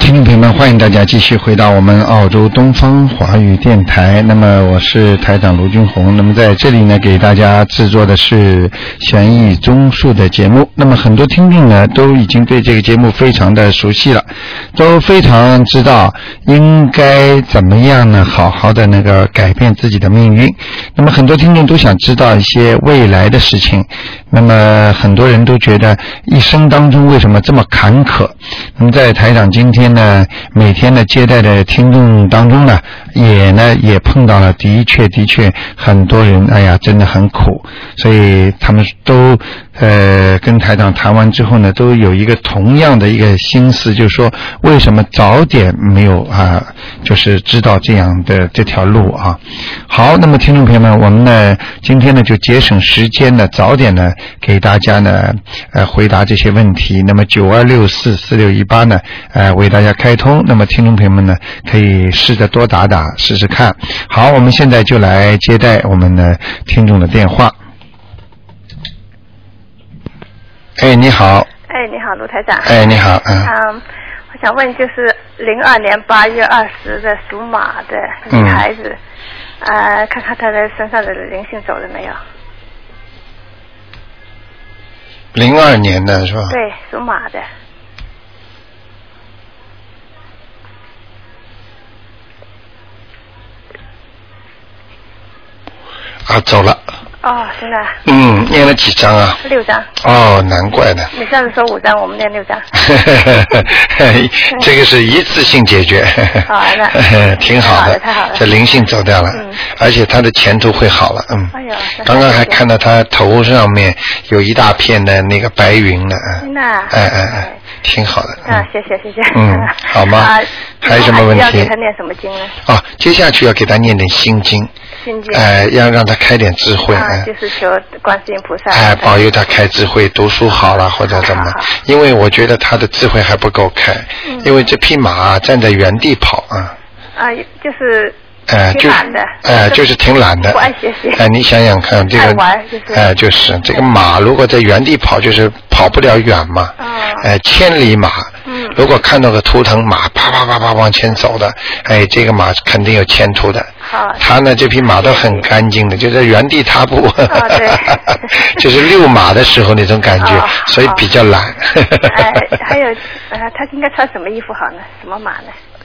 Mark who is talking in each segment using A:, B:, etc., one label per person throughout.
A: 听众朋友们，欢迎大家继续回到我们澳洲东方华语电台。那么我是台长卢军红。那么在这里呢，给大家制作的是悬疑综述的节目。那么很多听众呢，都已经对这个节目非常的熟悉了，都非常知道应该怎么样呢，好好的那个改变自己的命运。那么很多听众都想知道一些未来的事情。那么很多人都觉得一生当中为什么这么坎坷？那么在台长今天呢，每天呢接待的听众当中呢，也呢也碰到了，的确的确很多人，哎呀，真的很苦，所以他们都呃跟台长谈完之后呢，都有一个同样的一个心思，就是说为什么早点没有啊，就是知道这样的这条路啊。好，那么听众朋友们，我们呢今天呢就节省时间呢，早点呢给大家呢呃回答这些问题。那么九二六四四六一八呢，呃为大家开通。那么听众朋友们呢，可以试着多打打试试看。好，我们现在就来接待我们的听众的电话。哎，你好，
B: 哎，你好，卢台长。
A: 哎，你好，嗯，
B: 嗯，我想问，就是零二年八月二十的属马的女
A: 嗯
B: 孩子，呃，看看她的身上的灵性走了没有？
A: 啊零二年的是吧？
B: 对，属马的，
A: 啊，走了。
B: 哦，真的啊，
A: 嗯，念了几张啊？
B: 六张。
A: 哦，难怪呢。
B: 你上次说五张，我们念六张。
A: 这个是一次性解决，
B: 好的
A: 挺好的，
B: 太好了太好了
A: 这灵性走掉了，
B: 嗯
A: 而且他的前途会好了，嗯。
B: 哎呦那
A: 刚刚还
B: 太好了
A: 看到他头上面有一大片的那个白云呢，嗯
B: 真的啊
A: 哎哎哎
B: 哎，
A: 挺好的。
B: 啊，谢谢谢谢。
A: 嗯好吗
B: 啊，
A: 还有什么问题
B: 要给她念什么经呢？
A: 哦，接下去要给他念点心经，
B: 心经。
A: 哎，要让他开点智慧，
B: 啊，
A: 哎
B: 就是求观世音菩萨。
A: 哎，保佑他开智慧，读书好了或者怎么
B: 好好好，嗯
A: 因为我觉得他的智慧还不够开，因为这匹马啊站在原地跑啊，
B: 啊， 就是
A: 哎，就
B: 挺懒的。
A: 哎就是挺懒 的
B: 不爱学习，
A: 哎，你想想看，这
B: 爱
A: 个
B: 玩就是嗯
A: 哎就是这个马如果在原地跑，就是跑不了远嘛
B: 嗯，
A: 哎，千里马
B: 嗯，
A: 如果看到个图腾马啪啪啪啪往前走的，哎，这个马肯定有前途的。
B: 好
A: 他呢，这匹马都很干净的，就在原地踏步，
B: 哦对
A: 就是遛马的时候那种感觉
B: 哦，
A: 所以比较懒。
B: 哎，还有，呃，他应该穿什么衣服好呢？什么码呢？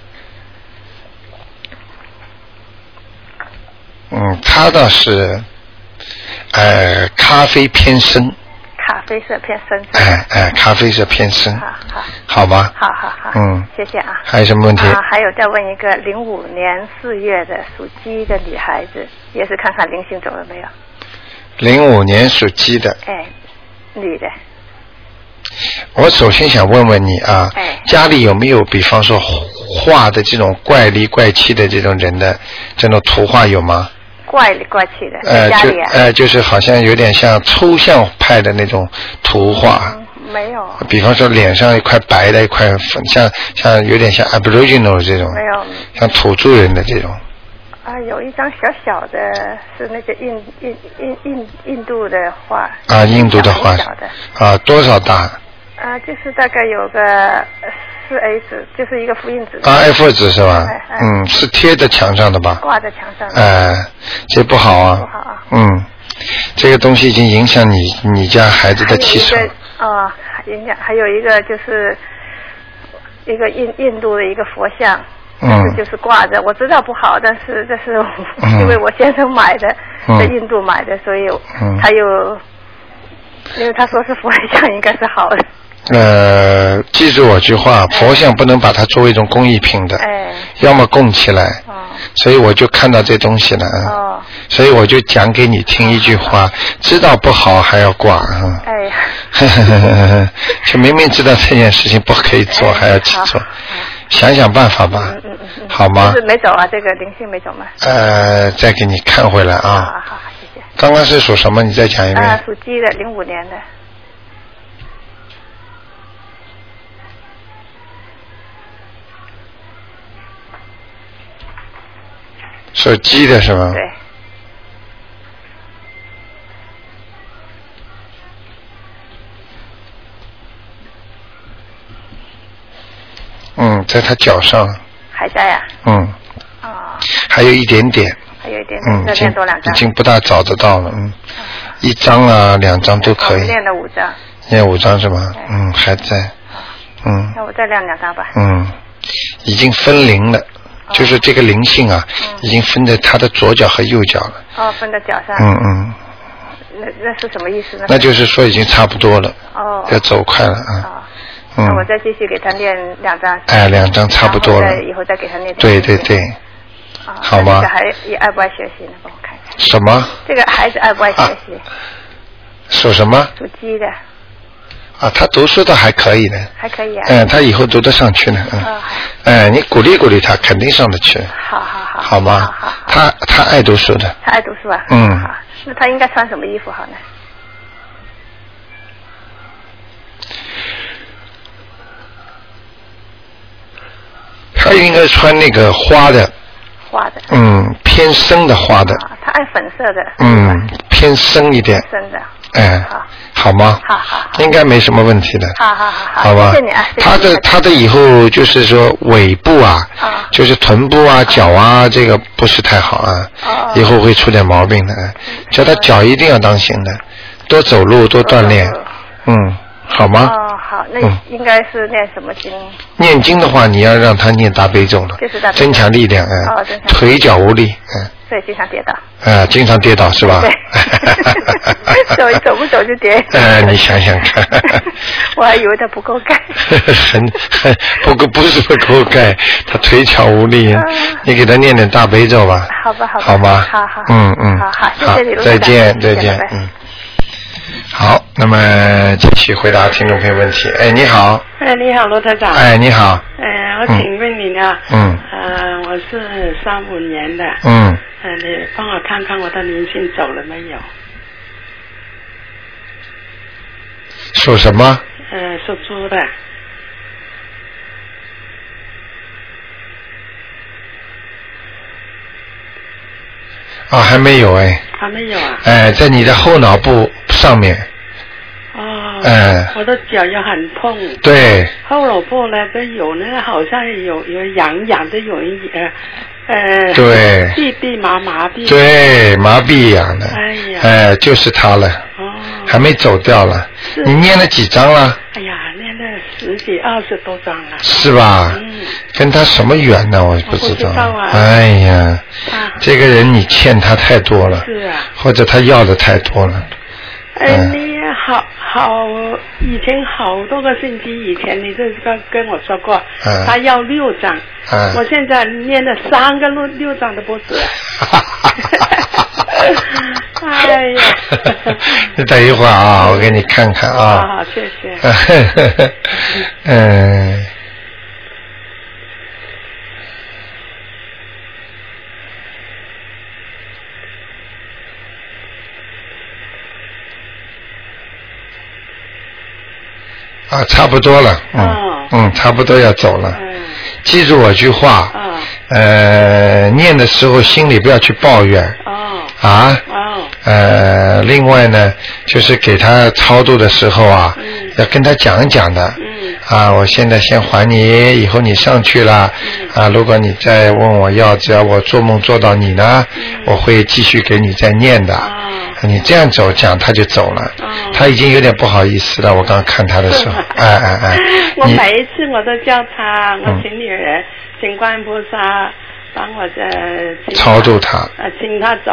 A: 嗯，他倒是，呃，咖啡偏深，
B: 咖啡色偏深色。
A: 哎哎，咖啡是偏深，
B: 好好
A: 好吗？
B: 好好好。
A: 嗯
B: 谢谢啊。
A: 还有什么问题？
B: 啊，还有再问一个，零五年四月的属鸡的女孩子，也是看看灵性走了没有？
A: 零五年属鸡的，
B: 哎，女的，
A: 我首先想问问你啊
B: 哎，
A: 家里有没有比方说画的这种怪里怪气的这种人的这种图画有吗？
B: 怪里怪气的，
A: 呃
B: 在，家
A: 就
B: 里啊，
A: 呃，就是好像有点像抽象派的那种图画，
B: 嗯没有，
A: 比方说脸上一块白的，一块粉，像像有点像 Aboriginal 这种，
B: 没有
A: 像土著人的这种。
B: 啊，有一张小小的，是那个印印印印印度的画
A: 啊，印度的画
B: 小小的，
A: 啊，多少大？
B: 啊，就是大概有个四 A 纸，就是一个复印纸
A: 啊，F 纸是吧
B: 哎？哎
A: 嗯，是贴在墙上的吧？
B: 挂在墙上的。
A: 哎，这不好啊。
B: 不好啊
A: 嗯，这个东西已经影响你你家孩子
B: 还
A: 的
B: 有
A: 气
B: 一
A: 场。
B: 个哦，影响还有一个就是一个印印度的一个佛像，
A: 嗯
B: 这就是挂着。我知道不好，但是这是
A: 嗯
B: 因为我先生买的，
A: 嗯
B: 在印度买的，所以
A: 嗯
B: 他有，因为他说是佛像，应该是好的。
A: 呃，记住我句话，佛像不能把它作为一种工艺品的，
B: 哎，
A: 要么供起来。
B: 哦
A: 所以我就看到这东西了，嗯
B: 哦，
A: 所以我就讲给你听一句话，知道不好还要挂，嗯。
B: 哎呀，
A: 就明明知道这件事情不可以做，
B: 哎
A: 还要去做
B: 好，
A: 想想办法吧
B: 嗯嗯嗯，嗯，
A: 好吗
B: 就？是没走啊，这个灵性没走吗？
A: 呃，再给你看回来
B: 啊，
A: 啊。
B: 好，谢谢。
A: 刚刚是属什么？你再讲一
B: 啊，
A: 遍。
B: 属鸡的，零五年的，
A: 属鸡的是吧？
B: 对。
A: 嗯，在在他脚上，
C: 还在呀、
A: 嗯，
C: 啊？哦，
A: 还有一点点，
C: 还有一点点，
A: 嗯，
C: 再
A: 已经
C: 练多两张
A: 已。经不大找得到了，嗯，一张啊，两张都
C: 我
A: 可
B: 哦
A: 以，
C: 练了五张，
A: 念五张是吧
C: 对？
A: 嗯，还在，嗯
C: 那我再练两张吧。
A: 嗯，已经分灵了，就是这个灵性啊，
C: 哦嗯
A: 已经分在他的左脚和右脚了，
C: 哦，分到脚上，
A: 嗯嗯，
C: 那那是什么意思呢？
A: 那就是说已经差不多了，
C: 哦，
A: 要走快了啊，
C: 哦，
A: 嗯
C: 那我，再继续给他练两张，
A: 哎，两张差不多了
C: 然后，再以后再给他练。
A: 对对对，
C: 哦。
A: 好吗
C: 那这个孩子也爱不爱学习呢？帮我看一下，
A: 什么
C: 这个孩子爱不爱学习？
A: 啊属什么
C: 属鸡的，
A: 啊？他读书倒还可以呢，
C: 还可以啊。
A: 嗯，他以后读得上去呢，
C: 哦
A: 嗯，哎，你鼓励鼓励他，肯定上得去，
C: 好好好。
A: 好吗
C: 好好好。？
A: 他他爱读书的，
C: 他爱读书啊。
A: 嗯
C: 好那他应该穿什么衣服好呢？
A: 他应该穿那个花的，
C: 花的。
A: 嗯，偏深的花的，
C: 啊，他爱粉色的。
A: 嗯，偏深一点，
C: 深的。
A: 哎
C: 好，
A: 好吗？
C: 好好好
A: 应该没什么问题的。
C: 好好好好
A: 好吧
C: 谢谢你啊，谢谢
A: 他的
C: 谢谢
A: 他的以后就是说尾部啊
C: 啊，
A: 就是臀部啊、脚啊，这个不是太好啊
C: 哦，
A: 以后会出点毛病的。哎叫他脚一定要当心的，多走路，多锻炼
C: 哦，
A: 嗯，好吗？
C: 哦，好，那
A: 嗯
C: 应该是念什么经？
A: 念经的话，你要让他念大悲咒了
C: 就是大，悲咒
A: 增强力量，哎
C: 哦增强力，量
A: 腿脚无力，嗯。
C: 所以经常跌倒。
A: 啊，经常跌倒是吧？
C: 对 走走不走就跌，
A: 呃，你想想看
C: 我还以为他不够干
A: 很很不够，不是不够盖，他腿脚无力
C: 啊，
A: 你给他念点大悲咒吧。
C: 好吧好吧
A: 好吗？
C: 好好
A: 嗯嗯，
C: 好好谢谢你卢台
A: 再
C: 长
A: 见再
C: 谢谢
A: 见
C: 拜，拜
A: 嗯。好，那么继续回答听众朋友问题。哎，你好，
D: 哎，你好，罗台长。
A: 哎，你好，
D: 呃，我请问你呢？
A: 嗯
D: 呃，我是三五年的。
A: 嗯，
D: 呃，你帮我看看我的灵性走了没有？
A: 属什么？
D: 呃，属猪的。
A: 啊，还没有哎，
D: 还没有啊？
A: 哎，在你的后脑部上面，
D: 哦。
A: 哎
D: 我的脚也很痛，
A: 对，
D: 后脑部呢都有呢，好像有有痒痒的，有一点呃。
A: 对
D: 闭闭麻麻闭。。
A: 对，麻痹痒的，
D: 哎呀
A: 哎，就是他了。
D: 哦。
A: 还没走掉了。
D: 是
A: 你念了几张了？
D: 哎呀，念了十几二十多张了。
A: 是吧？
D: 嗯。
A: 跟他什么缘呢？我不知
D: 我不知道啊
A: 哎呀，
D: 啊。
A: 这个人你欠他太多了，
D: 是啊。
A: 或者他要的太多 了。
D: 哎，
A: 嗯
D: 你好好，以前好多个星期以前，你就是跟跟我说过，
A: 嗯
D: 他要六张，
A: 嗯
D: 我现在念了三个六六张都不止。哎呀
A: 你等一会儿啊，我给你看看啊。
D: 好好，谢 谢。
A: 哎嗯。啊，差不多了，嗯、
D: 哦
A: 嗯，差不多要走了。
D: 嗯
A: 记住我句话，
D: 哦
A: 呃，念的时候心里不要去抱怨
D: 哦
A: 啊，
D: 哦
A: 呃，另外呢，就是给他超度的时候啊，
D: 嗯
A: 要跟他讲一讲的。
D: 嗯
A: 啊，我现在先还你，以后你上去了，
D: 嗯
A: 啊，如果你再问我要，只要我做梦做到你呢，
D: 嗯
A: 我会继续给你再念的。
D: 哦
A: 你这样走讲他就走了，
D: 哦
A: 他已经有点不好意思了。我刚看他的时 候，哎哎哎，
D: 我
A: 你
D: 每一次我都叫他，
A: 嗯
D: 我请女人，请观菩萨帮我这
A: 超度他
D: 呃，请他走，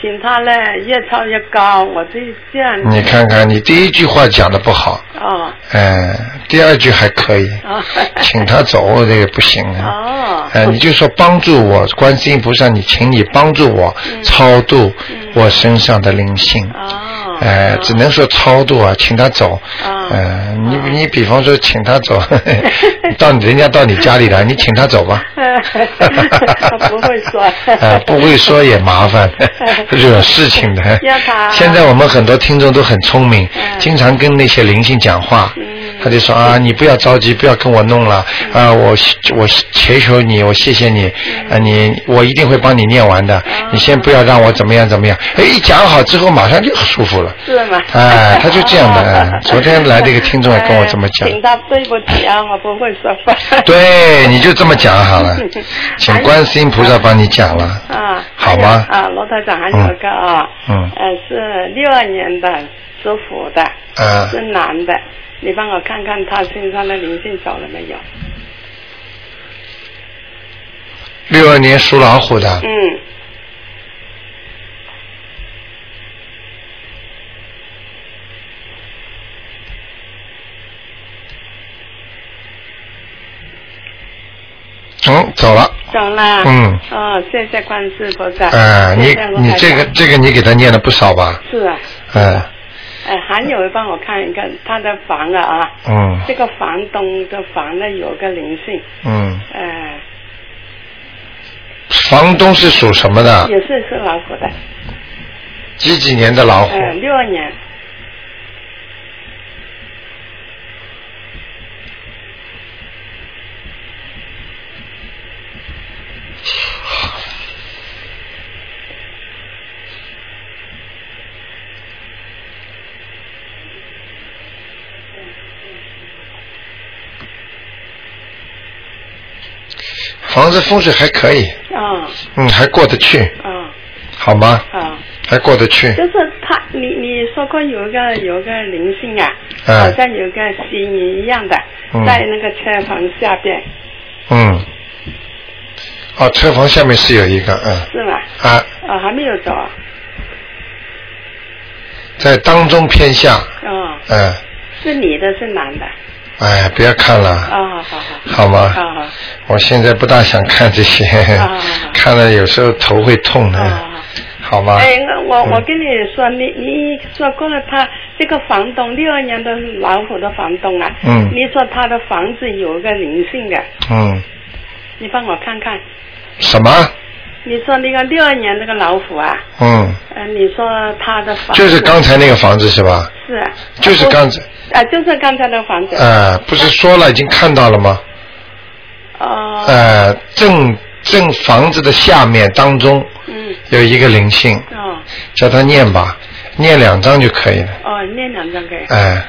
D: 请他呢越超越高，我就这样。
A: 你看看，你第一句话讲的不好，
D: 哦
A: 哎，第二句还可以，
D: 哦
A: 请他走这个不行啊。
D: 哦
A: 哎，你就说帮助我，观世音菩萨，你请你帮助我、超度我身上的灵性。
D: 哦
A: 哎，只 能说超度啊，请他走。
D: 哦
A: 呃，你你比方说请他走， 到你人家到你家里来，你请他走吧。
D: 我 不会说
A: 呃不会说也麻 烦，惹事情的
D: 要他。
A: 现在我们很多听众都很聪明，
D: 嗯
A: 经常跟那些灵性讲话。
D: 嗯
A: 他就说啊，你不要着急，不要跟我弄了啊，我我求求你，我谢谢你
D: 嗯
A: 啊，你我一定会帮你念完的，你先不要让我怎么样怎么样。哎，一讲好之后马上就舒服了。
D: 是吗？
A: 哎，他就这样的。 哎昨天来的一个听众也跟我这么讲
D: 哎。请他对不起啊，我不会说话。
A: 对，你就这么讲好了，请观世音菩萨帮你讲了。
D: 啊，
A: 好吗
D: 还有啊，罗台长还有一个啊，
A: 嗯
D: 呃，是六二年的，属虎的，
A: 啊
D: 是男的，你帮我看看他身上的灵性走了没有？
A: 六二年属老虎的，
D: 嗯，
A: 嗯，走了。
D: 走了。
A: 嗯。
D: 哦，谢谢观世菩萨。
A: 哎，
D: 谢
A: 你
D: 谢罗
A: 你
D: 台
A: 这个
D: 长
A: 这个你给他念了不少吧？
D: 是啊，
A: 哎，
D: 呃，还有帮我看一看他的房了啊，
A: 嗯
D: 这个房东的房呢有个灵性，
A: 嗯，
D: 呃，
A: 房东是属什么的？
D: 也是是老虎的，
A: 几几年的老虎？
D: 呃，六二年，
A: 房子风水还可以，
D: 啊
A: 嗯，还过得去，
D: 啊
A: 好吗？
D: 啊，
A: 还过得去。
D: 就是他，你你说过有一个有一个灵性啊，
A: 嗯
D: 好像有个蜥蜴一样的
A: 嗯，
D: 在那个车房下边，
A: 嗯，哦，车房下面是有一个，嗯
D: 是吗？
A: 啊，
D: 啊，还没有走啊，
A: 在当中偏下，
D: 啊，
A: 嗯，
D: 是女的，是男的？
A: 哎，不要看了，
D: 啊，好好，
A: 好吗？
D: 好好，
A: 我现在不大想看这些
D: 啊，
A: 看了有时候头会痛
D: 好
A: 的，
D: 好好。
A: 好吗？
D: 嗯哎，我我我
A: 嗯
D: 跟你说，你你说过了他这个房东六二年的老虎的房东啊，
A: 嗯
D: 你说他的房子有个灵性的，
A: 嗯，
D: 你帮我看看。
A: 什么？
D: 你说那个六二年那个老虎啊，
A: 嗯，
D: 呃，你说他的房子
A: 就是刚才那个房子是吧？
D: 是啊
A: 就是刚才，
D: 啊，就是刚才的房子，
A: 呃，不是说了已经看到了吗？
D: 哦，
A: 呃，正正房子的下面当中
D: 嗯，
A: 有一个灵性，
D: 哦
A: 叫他念吧，念两张就可以了。
D: 哦，念两张给。
A: 哎、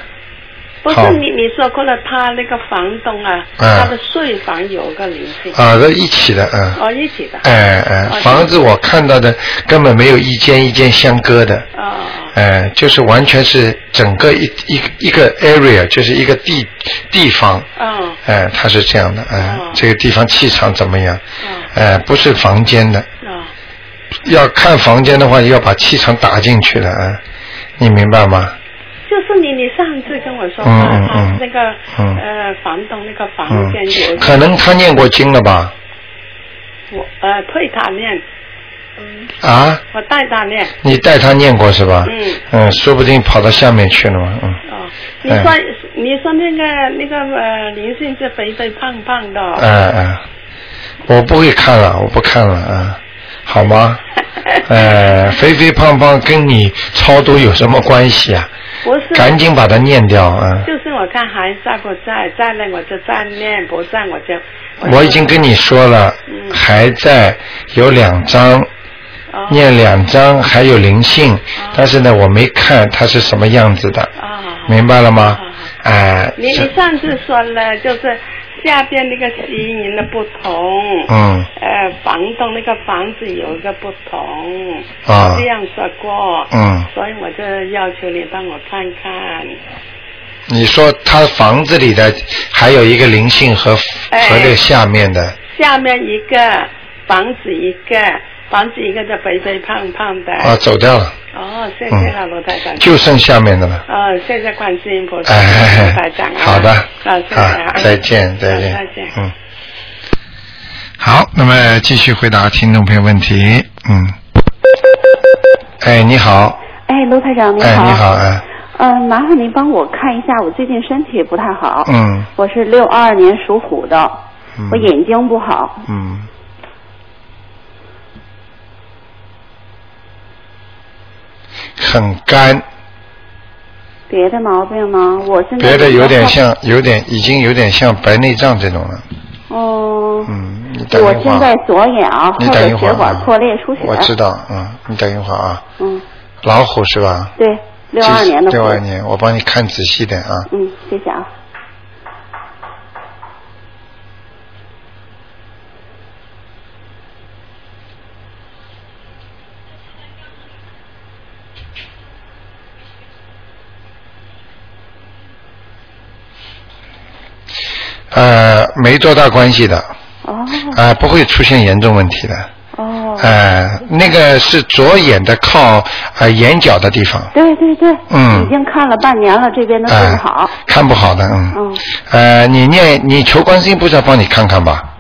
D: 不
A: 好
D: 是你你说过了，他那个房东啊，
A: 嗯
D: 他的睡房有个灵性，
A: 啊，都一起的，嗯，
D: 哦，一起的，
A: 哎哎，
D: 哦
A: 房子我看到的根本没有一间一间相隔的，
D: 哦哦
A: 哎，就是完全是整个一一一个 area，就是一个地地方，
D: 哦
A: 哎，它是这样的，哎
D: 哦，
A: 这个地方气场怎么样？
D: 哦
A: 哎，不是房间的，
D: 哦，
A: 要看房间的话，要把气场打进去的，哎，你明白吗？
D: 就是你，你上次跟我说，
A: 嗯
D: 他
A: 嗯
D: 他
A: 嗯
D: 那个
A: 嗯
D: 呃房东那个房
A: 嗯
D: 间有，
A: 可能他念过经了吧？
D: 我呃退他念，
A: 啊，
D: 我带他念。
A: 你带他念过是吧？
D: 嗯。
A: 嗯，说不定跑到下面去了嘛，嗯。
D: 哦，你说、你说那个那个呃林性是肥肥胖胖的哦，
A: 哎哎，我不会看了，我不看了啊，好吗？ 呃，肥肥胖胖跟你超度有什么关系啊？
D: 不是，
A: 赶紧把它念掉啊！
D: 就是我看还在不在，在了我就再念，不在我就
A: 我已经跟你说了，
D: 嗯
A: 还在有两张，
D: 哦
A: 念两张还有灵性，但是呢，我没看它是什么样子的，
D: 啊、哦
A: 明白了吗
D: 哦？
A: 哎、
D: 你
A: 这
D: 你上次说了，就是下边那个吸引的不同，
A: 嗯
D: 呃，房东那个房子有一个不同，
A: 啊
D: 这样说过，
A: 嗯，
D: 所以我就要求你帮我看看，
A: 你说他房子里的还有一个灵性和
D: 哎
A: 和这个下面的，
D: 下面一个房子一个房子一个的肥肥胖胖的，
A: 啊，走掉了，
D: 哦，谢谢了、
A: 嗯
D: 罗台长，
A: 就剩下面的了。
D: 哦，谢谢观世音菩萨，
A: 哎
D: 罗台长啊，，
A: 好的，
D: 啊，谢谢啊，
A: 再见，再见，
D: 啊再见，
A: 嗯。好，那么继续回答听众朋友问题，嗯。哎，你好，
E: 哎，卢台长您
A: 哎，
E: 好。
A: 你好，。哎，
E: 嗯、麻烦您帮我看一下，我最近身体不太好。。
A: 嗯
E: 我是六二年属虎的，
A: 嗯
E: 我眼睛不好。
A: 嗯，很干，
E: 比别的毛病吗？我现在
A: 别的有点。像，有点已经有点像白内障这种了。
E: 哦。
A: 嗯，你打
E: 我
A: 电
E: 现
A: 话
E: 在。左眼啊，后
A: 你打
E: 的
A: 电话
E: 血
A: 啊。
E: 管破裂出血。
A: 我知道，嗯，你打电话啊。
E: 嗯，
A: 老虎是吧？
E: 对，六二年的。
A: 六二。年，我帮你看仔细点啊。
E: 嗯，谢谢啊。
A: 呃，没多大关系的，啊、
E: 哦
A: 不会出现严重问题的。
E: 哦。
A: 呃，那个是左眼的靠呃眼角的地方，
E: 对对对。
A: 嗯哎
E: 已经看了半年了，这边的治不好。
A: 看不好的，嗯。
E: 嗯。
A: 呃，你念你求观世音菩萨帮你看看吧，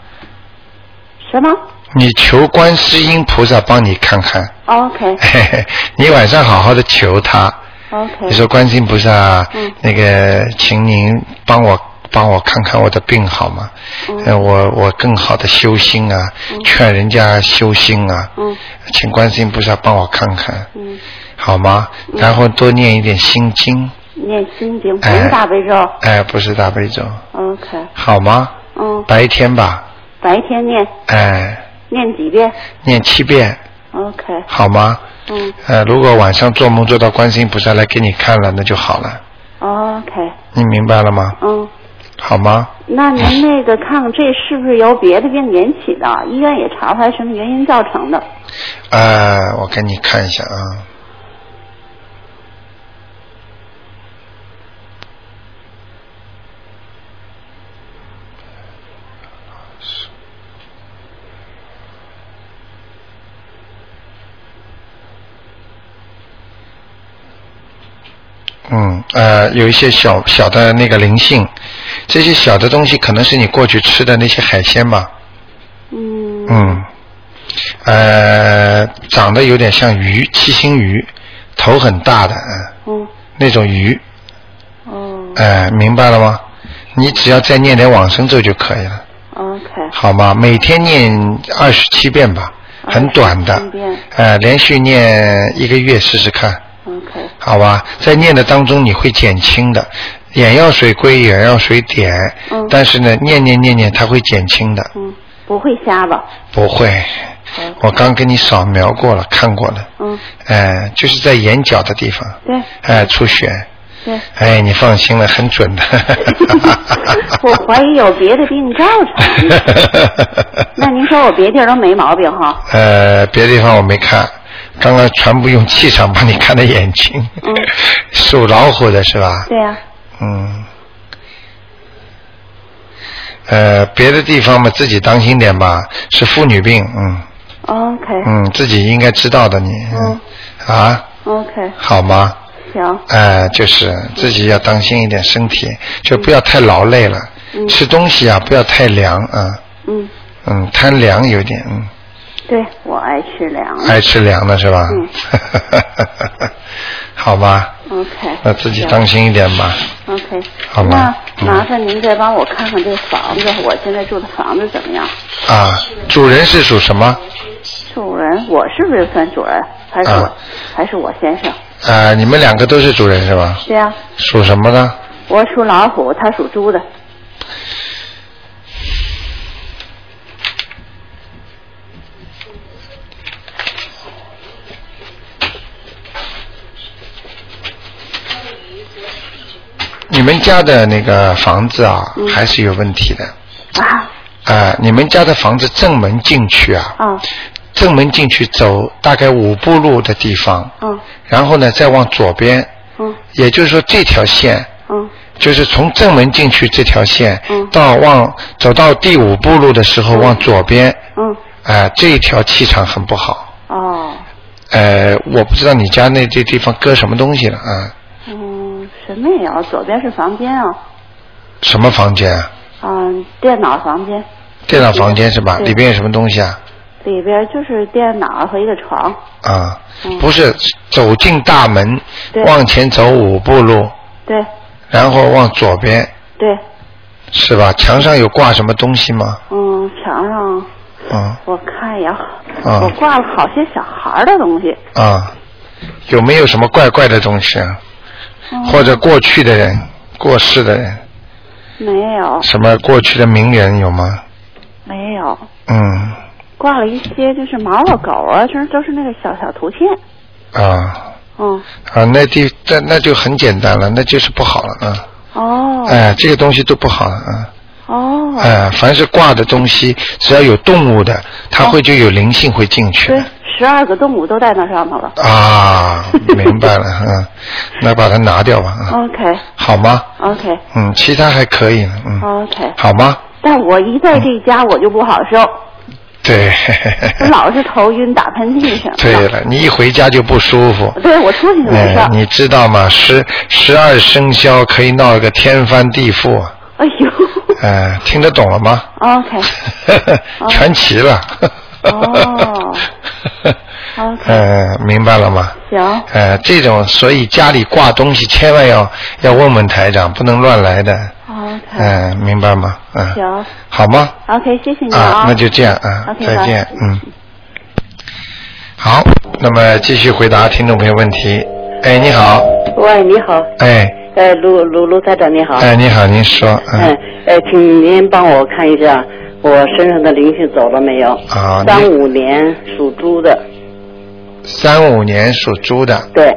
E: 什么
A: 你求观世音菩萨帮你看看，
E: ？OK
A: 嘿嘿，你晚上好好的求他，
E: OK
A: 哎你。说观世音菩萨，
E: 嗯
A: 那个，请您帮我帮我看看我的病好吗？
E: 嗯
A: 呃我我更好的修心啊，
E: 嗯
A: 劝人家修心啊，
E: 嗯
A: 请观世音菩萨帮我看看，
E: 嗯，
A: 好吗？
E: 嗯
A: 然后多念一点心经，
E: 念心经，不
A: 哎
E: 是大悲咒。哦
A: 哎，不是大悲咒，
E: OK。
A: 好吗？
E: 嗯，
A: 白天吧，
E: 白天念
A: 哎，
E: 念几遍
A: 念七遍，
E: ？OK。
A: 好吗？
E: 嗯
A: 呃，如果晚上做梦做到观世音菩萨来给你看了，那就好了，
E: ，OK。
A: 你明白了吗？
E: 嗯，
A: 好吗？
E: 那您那个看看这是不是由别的病引起的？医院也查不出来什么原因造成的。
A: 呃，我给你看一下啊。嗯，呃，有一些小小的那个灵性，这些小的东西可能是你过去吃的那些海鲜吧。
E: 嗯。
A: 嗯，呃，长得有点像鱼，七星鱼，头很大的，嗯，
E: 嗯。
A: 那种鱼，
E: 哦
A: 哎、明白了吗？你只要再念点往生咒就可以了，
E: ，OK。
A: 好吗？每天念二十七遍吧，很短的
E: 27遍，
A: 呃，连续念一个月试试看，
E: OK。
A: 好吧？在念的当中你会减轻的，眼药水归眼药水点，
E: 嗯
A: 但是呢，念念念念它会减轻的，
E: 嗯，不会瞎吧？
A: 不会。
E: 嗯
A: 我刚给你扫描过了，看过了。
E: 嗯，
A: 哎，就是在眼角的地方，
E: 对
A: 哎，出血，
E: 对。。
A: 哎，你放心了，很准的
E: 我怀疑有别的病造成的。那您说我别地儿都没毛病哈？
A: 呃，别的地方我没看，刚刚全部用气场帮你看的眼睛。
E: 嗯
A: 属老虎的是吧？
E: 对呀、
A: 嗯。呃，别的地方嘛，自己当心点吧，是妇女病，嗯
E: o k
A: 嗯，自己应该知道的你。
E: 嗯。
A: 啊，
E: OK，
A: 好吗？
E: 行，
A: 哎，就是自己要当心一点身体，就不要太劳累了。
E: 嗯
A: 吃东西啊，不要太凉啊，
E: 嗯，
A: 嗯，贪凉有点，嗯，
E: 对我爱吃凉的。
A: 爱吃凉的是吧？
E: 嗯
A: 好吧，
E: OK，
A: 那自己
E: 行
A: 当心一点吧。
E: OK，
A: 好嗯吗
E: 那麻烦您再帮我看看这个房子，我现在住的房子怎么样？
A: 啊，主人是属什么？
E: 主人，我是不是算主人？还是我，
A: 啊
E: 还是我先生？
A: 啊，你们两个都是主人是吧？
E: 对呀、
A: 属什么呢？
E: 我属老虎，他属猪的。
A: 你们家的那个房子啊，
E: 嗯
A: 还是有问题的。
E: 啊
A: 啊，你们家的房子正门进去啊，
E: 啊
A: 正门进去走大概五步路的地方，
E: 嗯
A: 然后呢再往左边，
E: 嗯
A: 也就是说这条线
E: 嗯
A: 就是从正门进去这条线，
E: 嗯
A: 到往走到第五步路的时
E: 哦
A: 候往左边，
E: 嗯，
A: 啊、这一条气场很不好。
E: 哦，
A: 呃，我不知道你家那这地方搁什么东西了啊？
E: 嗯，什么也有，左边是房间啊，
A: 什么房间啊？
E: 嗯，电脑房间，
A: 电脑房间是吧？
E: 对
A: 里边有什么东西啊？
E: 里边就是电脑和一个床。
A: 啊，
E: 嗯
A: 不是走进大门
E: 对，
A: 往前走五步路，
E: 对
A: 然后往左边，
E: 对，
A: 是吧？墙上有挂什么东西吗？
E: 嗯，墙上
A: 嗯
E: 我看也好，
A: 啊
E: 我挂了好些小孩儿的东西，
A: 啊，有没有什么怪怪的东西啊？
E: 嗯
A: 或者过去的人、过世的人，
E: 没有，
A: 什么过去的名人有吗？
E: 没有，
A: 嗯
E: 挂了一些就是猫啊、狗啊，就是都是那个小小图片。
A: 啊
E: 嗯，
A: 啊，那就那那就很简单了，那就是不好了啊！
E: 哦，
A: 哎，这个东西都不好了啊！
E: 哦，
A: 哎，凡是挂的东西，只要有动物的，它会就有灵性会进去
E: 对，十二个动物都在那上头了。
A: 啊！明白了，嗯，那把它拿掉吧，啊，
E: 哦
A: 好吗？
E: OK，OK，OK，、
A: 嗯，其他还可以呢，
E: 哦
A: 嗯，好吗？
E: 但我一在这家我就不好受，
A: 对，
E: 我老是头晕、打喷嚏什么的。
A: 哎对了，你一回家就不舒服。
E: 对，我出去就没事
A: 哎
E: 儿。
A: 你知道吗？十十二生肖可以闹个天翻地覆啊，
E: 哎呦
A: 哎，听得懂了吗？
E: ，OK，
A: 全齐了。
E: 哦 OK
A: 嗯，明白了吗？
E: 行，
A: 呃，这种所以家里挂东西千万要要问问台长，不能乱来的。
E: OK，、
A: 嗯、明白吗？嗯、
E: 行
A: 好吗？
E: ，OK，谢谢你
A: 啊，那
E: 那
A: 就这样啊
E: OK，
A: 再见，嗯。好，那么继续回答听众朋友问题。哎，你好，
F: 喂，你好，
A: 哎，
F: 呃，卢卢卢台长你好，
A: 哎，你好，您说，嗯
F: 嗯，，呃，请您帮我看一下我身上的灵性走了没有？
A: 啊，
F: 三
A: 你
F: 五年属猪的，
A: 三五年属猪的，
F: 对，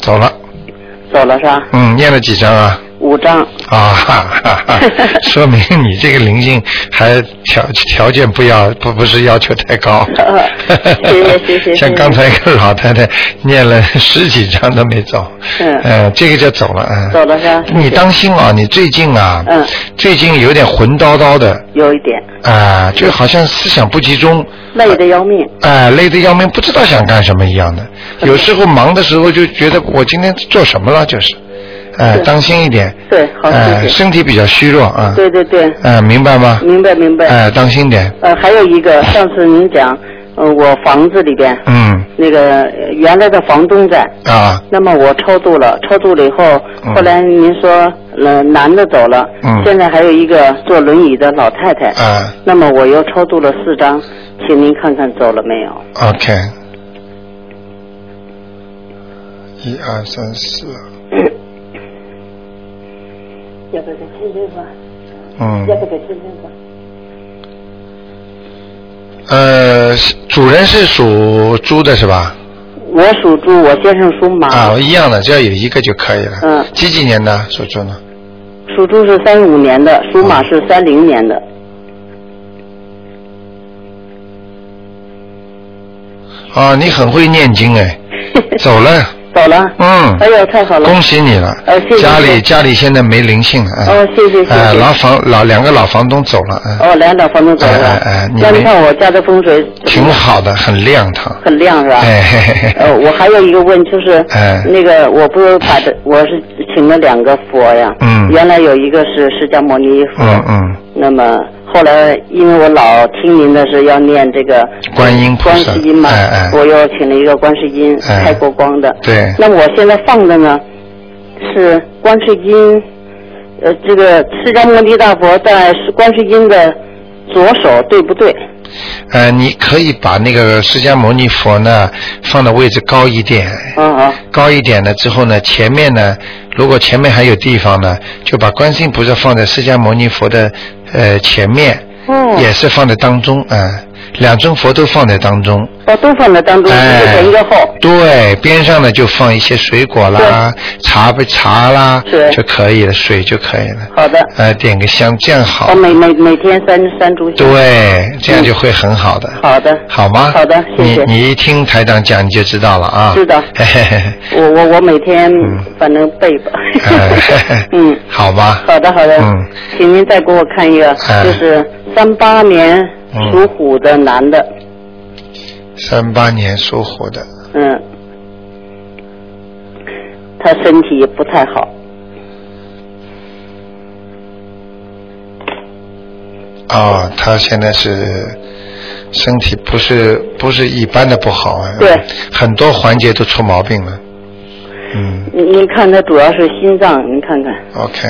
A: 走了，
F: 走了是吧？
A: 嗯，念了几张啊？
F: 五张，
A: 啊，哈哈 哈说明你这个灵性还条条件不要不不是要求太高
F: 呃， 谢谢谢谢谢谢
A: 像刚才一个老太太念了十几张都没走，
F: 嗯
A: 呃，这个就走了，嗯，
F: 走了是吧？
A: 你当心啊，你最近啊，
F: 嗯
A: 最近有点魂叨叨的
F: 有一点，
A: 啊、就好像思想不集中，
F: 累得要命，
A: 哎、累得要命，不知道想干什么一样的。有时候忙的时候就觉得我今天做什么了，就是，哎、
F: 对
A: 当心一点，
F: 对，好
A: 哎、
F: 谢谢，
A: 身体比较虚弱啊，
F: 对对对，
A: 哎、明白吗？
F: 明白明
A: 哎、
F: 白。
A: 当心点，
F: 呃，还有一个，上次您讲，呃，我房子里边
A: 嗯，
F: 那个呃原来的房东在，
A: 啊，
F: 那么我超度了，超度了以后，
A: 嗯
F: 后来您说，呃，男的走了，
A: 嗯
F: 现在还有一个坐轮椅的老太太，
A: 啊
F: 那么我又超度了四张，请您看看走了没有？
A: ，OK，一二三四，
F: 要不要给亲亲吧？
A: 嗯，
F: 给亲亲吧？
A: 呃，主人是属猪的是吧？
F: 我属猪，我先生属马，
A: 啊，一样的，只要有一个就可以了。
F: 嗯
A: 几几年的属猪呢？
F: 属猪是三五年的，属马是三零年的，
A: 啊，你很会念经 哎，走了，
F: 走了。
A: 嗯，
F: 哎呦，太好了！
A: 恭喜你了。
F: 呃谢谢
A: 家里
F: 谢谢
A: 家里现在没灵性了。哎
F: 哦，谢谢谢
A: 哎，
F: 谢。
A: 老房老两个老房东走了，哎，
F: 哦，两老房东走
A: 哎
F: 了
A: 哎哎。你
F: 那
A: 没
F: 你看我家的风水
A: 挺好的，很亮堂。
F: 很亮是吧？
A: 哎嘿嘿嘿，
F: 呃，我还有一个问，就是、
A: 哎
F: 那个，我不是把这，我是请了两个佛呀。
A: 嗯
F: 原来有一个是释迦牟尼佛，
A: 嗯嗯，
F: 那么后来因为我老听您的是要念这个
A: 观音菩
F: 观
A: 萨
F: 世音嘛，
A: 哎哎
F: 我又请了一个观世音、
A: 哎
F: 开过光的。
A: 对，
F: 那么我现在放的呢是观世音，呃，这个释迦牟尼大佛在观世音的左手，对不对？
A: 呃，你可以把那个释迦牟尼佛呢放的位置高一点，
F: 嗯嗯，
A: 高一点了之后呢，前面呢，如果前面还有地方呢，就把观世音菩萨放在释迦牟尼佛的呃前面，
F: 哦
A: 也是放在当中啊、呃两尊佛都放在当中。
F: 我都放在当中，一个
A: 哎，
F: 前一个后。
A: 对，边上呢就放一些水果啦、茶不茶啦
F: 是
A: 就可以了，水就可以了。
F: 好的，
A: 呃，点个香，这样好。
F: 哦我每每每天三三炷香。
A: 对，这样就会很好的。
F: 好的，
A: 好吗？
F: 嗯好的，谢谢
A: 你。你一听台长讲，你就知道了啊。
F: 知道
A: 嘿嘿嘿
F: 我我我每天
A: 嗯
F: 反正背吧
A: 哎嘿嘿。
F: 嗯，
A: 好吧。
F: 好的好的
A: 嗯，
F: 请您再给我看一个，
A: 哎
F: 就是三八年
A: 嗯
F: 属虎的男的，
A: 三八年属虎的，
F: 嗯，他身体不太好，
A: 啊哦，他现在是身体不是不是一般的不好啊，
F: 对，
A: 很多环节都出毛病了。嗯
F: 您您看他主要是心脏，您看看，
A: ，OK，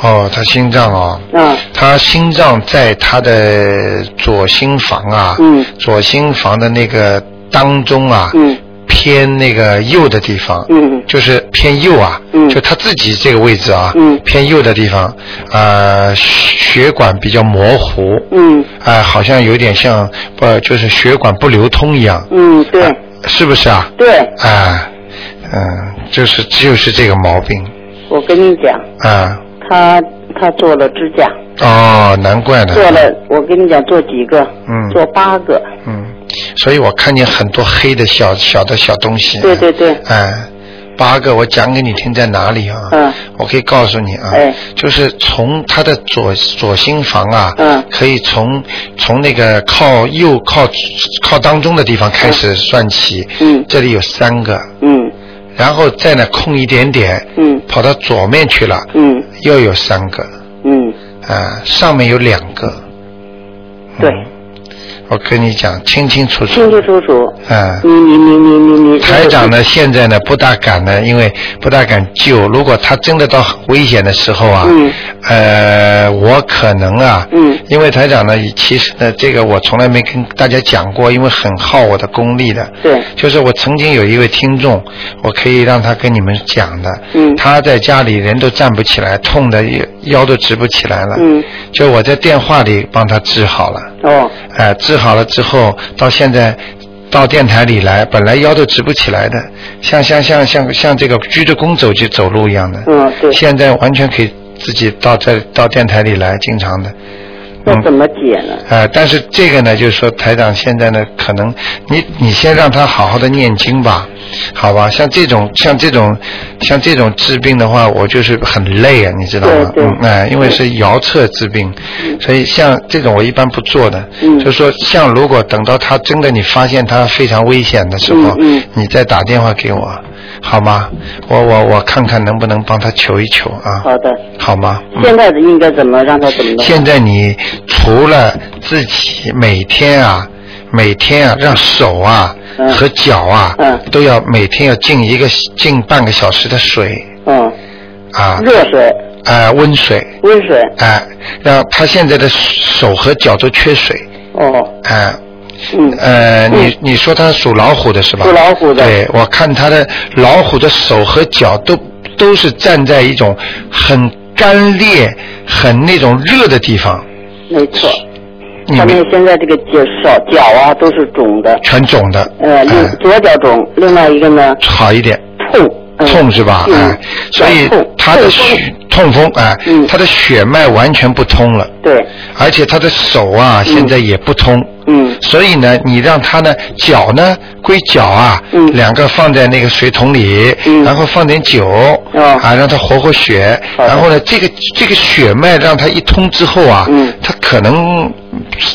A: 哦，他心脏哦，
F: 啊，
A: 他心脏在他的左心房啊，
F: 嗯
A: 左心房的那个当中啊，
F: 嗯
A: 偏那个右的地方，
F: 嗯
A: 就是偏右啊，
F: 嗯
A: 就他自己这个位置啊，
F: 嗯
A: 偏右的地方，啊，血管比较模糊，
F: 嗯
A: 啊、好像有点像不就是血管不流通一样，
F: 嗯，对
A: 啊是不是啊？
F: 对，
A: 啊、嗯，就是就是这个毛病
F: 我跟你讲，
A: 啊、
F: 他他做了支架，
A: 哦，难怪呢，
F: 做了，我跟你讲做几个，
A: 嗯
F: 做八个，
A: 嗯，所以我看见很多黑的小小的小东西，
F: 对对对，
A: 哎、八个我讲给你听在哪里啊？
F: 嗯
A: 我可以告诉你啊，
F: 哎
A: 就是从他的左左心房啊，
F: 嗯
A: 可以从从那个靠右靠靠当中的地方开始算起，
F: 嗯
A: 这里有三个，
F: 嗯
A: 然后再呢空一点点，
F: 嗯
A: 跑到左面去了，
F: 嗯
A: 又有三个，
F: 嗯，
A: 啊，上面有两个，嗯
F: 对，
A: 我跟你讲清清楚
F: 清
A: 楚，
F: 清楚嗯楚，
A: 啊。
F: 你你你你你你，
A: 台长呢，现在呢不大敢呢，因为不大敢救。如果他真的到很危险的时候啊，
F: 嗯
A: 呃，我可能啊，
F: 嗯
A: 因为台长呢，其实呢，这个我从来没跟大家讲过，因为很耗我的功力的。
F: 对
A: 就是我曾经有一位听众，我可以让他跟你们讲的。
F: 嗯
A: 他在家里人都站不起来，痛的腰都直不起来了。
F: 嗯。
A: 就我在电话里帮他治好了。
F: 哦，
A: 哎、治好了之后，到现在到电台里来，本来腰都直不起来的，像像像像像这个鞠着躬走就走路一样的。
F: 嗯对
A: 现在完全可以自己到这到电台里来，经常的。嗯
F: 那怎么解呢？
A: 呃，但是这个呢，就是说台长现在呢，可能你你先让他好好的念经吧，好吧？像这种像这种像这种治病的话，我就是很累啊，你知道吗？
F: 对对
A: 嗯，哎、因为是摇侧治病，所以像这种我一般不做的。
F: 嗯
A: 就是说，像如果等到他真的你发现他非常危险的时候，
F: 嗯嗯
A: 你再打电话给我，好吗？我我我看看能不能帮他求一求啊，
F: 好的，
A: 好吗？嗯
F: 现在应该怎么让他怎么弄？
A: 现在你除了自己每天啊，每天啊，让手啊、
F: 嗯
A: 和脚啊，
F: 嗯
A: 都要每天要浸一个浸半个小时的水
F: 嗯，
A: 啊，
F: 热水、
A: 啊、温水，
F: 温水，
A: 啊、让他现在的手和脚都缺水，
F: 哦，
A: 啊、
F: 嗯，
A: 呃，你你说他属老虎的是吧？
F: 属老虎的
A: 对，我看他的老虎的手和脚都都是站在一种很干裂、很那种热的地方。
F: 没错。
A: 你
F: 他
A: 们
F: 们现在这个脚手脚啊都是肿的，
A: 全肿的，
F: 呃，
A: 哎
F: 另左脚肿，另外一个呢
A: 好一点，
F: 痛，嗯
A: 痛是吧？
F: 嗯
A: 哎，所以
F: 痛
A: 他的
F: 痛
A: 血痛风，哎
F: 嗯，
A: 他的血脉完全不通了，
F: 对，
A: 而且他的手啊现在也不通。
F: 嗯
A: 所以呢，你让他呢脚呢归脚啊，
F: 嗯
A: 两个放在那个水桶里，
F: 嗯哦
A: 然后放点酒，啊，让他活活血，
F: 好的
A: 然后呢，这个这个血脉让他一通之后啊，
F: 嗯
A: 他可能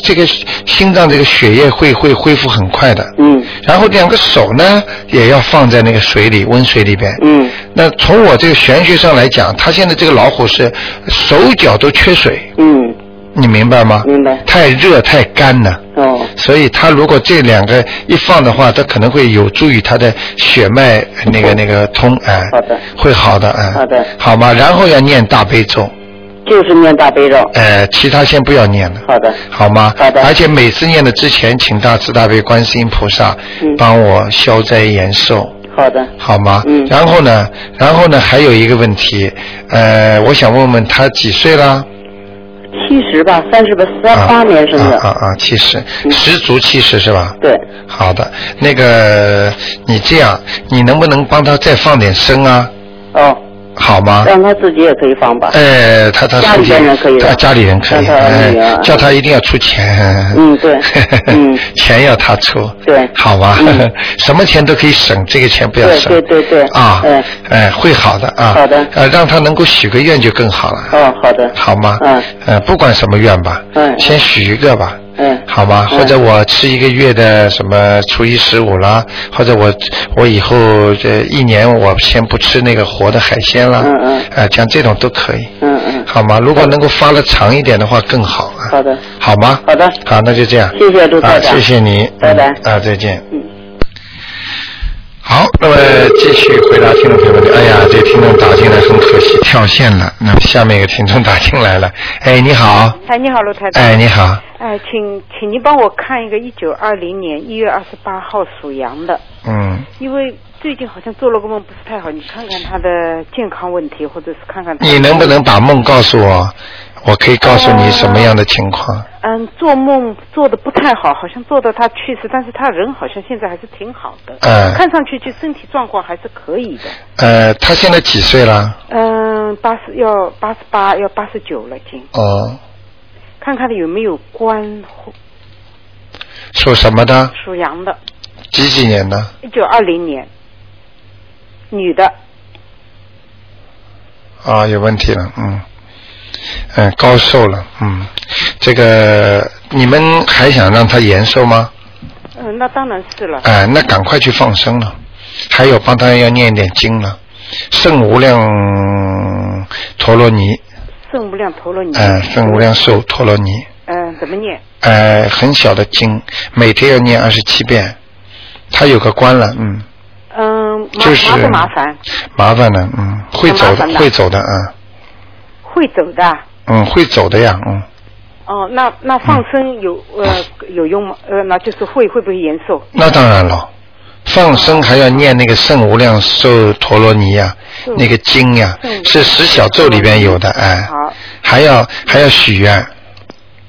A: 这个心脏这个血液会会恢复很快的，
F: 嗯
A: 然后两个手呢也要放在那个水里温水里边。
F: 嗯，
A: 那从我这个玄学上来讲，他现在这个老虎是手脚都缺水，
F: 嗯，
A: 你明白吗？
F: 明白
A: 太热太干了。
F: 哦，
A: 所以他如果这两个一放的话，他可能会有助于他的血脉呃那个那个通哎，
F: 嗯好的
A: 会好的哎，
F: 好的
A: 好吗？然后要念大悲咒，
F: 就是念大悲咒，
A: 呃，其他先不要念了。
F: 好的，
A: 好吗？
F: 好的
A: 而且每次念的之前，请大慈大悲观世音菩萨
F: 嗯
A: 帮我消灾延寿，
F: 好的，
A: 好吗？
F: 嗯
A: 然后呢，然后呢，还有一个问题，呃，我想问问他几岁啦？
F: 七十吧，三十吧，三八年生
A: 啊
F: 的，
A: 啊啊，七十，
F: 嗯
A: 十足七十是吧？
F: 对，
A: 好的，那个你这样，你能不能帮他再放点声啊？
F: 哦，
A: 好吗？
F: 让他自己也可以放吧，
A: 哎，他他
F: 家里
A: 身体
F: 人可以的
A: 他家里人可以，
F: 让他
A: 哎
F: 那个
A: 叫他一定要出钱。
F: 嗯对嗯
A: 钱要他出。
F: 对
A: 好吧
F: 嗯，
A: 什么钱都可以省，这个钱不要
F: 对
A: 省。
F: 对对对，
A: 啊
F: 嗯，，
A: 哎，会好的啊。
F: 好的
A: 呃，让他能够许个愿就更好了，
F: 哦，好的，
A: 好吗？
F: 嗯
A: 呃，不管什么愿吧，
F: 嗯
A: 先许一个吧，
F: 嗯，
A: 好吧？
F: 嗯
A: 或者我吃一个月的什么初一十五啦，或者我我以后这一年我先不吃那个活的海鲜啦，
F: 嗯嗯
A: 啊，像这种都可以，
F: 嗯嗯，
A: 好吗？如果能够发的长一点的话更好啊，
F: 好的，
A: 好吗？
F: 好的
A: 好，那就这样。
F: 谢谢卢
A: 啊
F: 台，长
A: 谢谢你，
F: 拜拜
A: 嗯啊，再见。
F: 嗯。
A: 好，那么继续回答听众朋友问题。哎呀，这个听众打进来很可惜， 跳线了。那么下面一个听众打进来了，哎，你好，
G: 哎，你好，卢台长。
A: 哎，你好，
G: 哎，请请您帮我看一个一九二零年一月二十八号属羊的，
A: 嗯，
G: 因为最近好像做了个梦不是太好，你看看他的健康问题，或者是看看他。
A: 你能不？能把梦告诉我？我可以告诉你什么样的情
F: 哦
A: 况。
G: 嗯，做梦做的不太好，好像做到他去世，但是他人好像现在还是挺好的，
A: 嗯
G: 看上去就身体状况还是可以的。
A: 呃，他现在几岁了？
G: 嗯，八十要八十八，要八十九了，已经。
A: 哦，
G: 看看他有没有关
A: 属什么的？
G: 属羊的，
A: 几几年的？
G: 一九二零年，女的。
A: 啊，有问题了，嗯，嗯，高寿了，嗯，这个你们还想让他延寿吗？
G: 嗯，那当然是了。
A: 哎、那赶快去放生了，还有帮他要念一点经了，圣无量陀罗尼，
G: 圣无量陀罗尼。
A: 嗯、圣无量寿陀罗尼，
G: 嗯，怎么念？
A: 呃，很小的经，每天要念二十七遍，他有个关了，嗯，
G: 嗯，麻
A: 就是
G: 麻不麻烦？
A: 麻烦了，嗯，会走
G: 很麻烦
A: 的，
G: 的
A: 会走的，嗯，
G: 会走的啊。
A: 嗯，会走的呀，嗯。
G: 哦，那那放生有、呃有用吗？呃，那就是会会不会延寿？
A: 那当然了，放生还要念那个圣无量寿陀罗尼呀、
G: 嗯
A: 那个经呀、
G: 嗯
A: 是十小咒里边有的，哎
G: 好，
A: 还要还要许愿，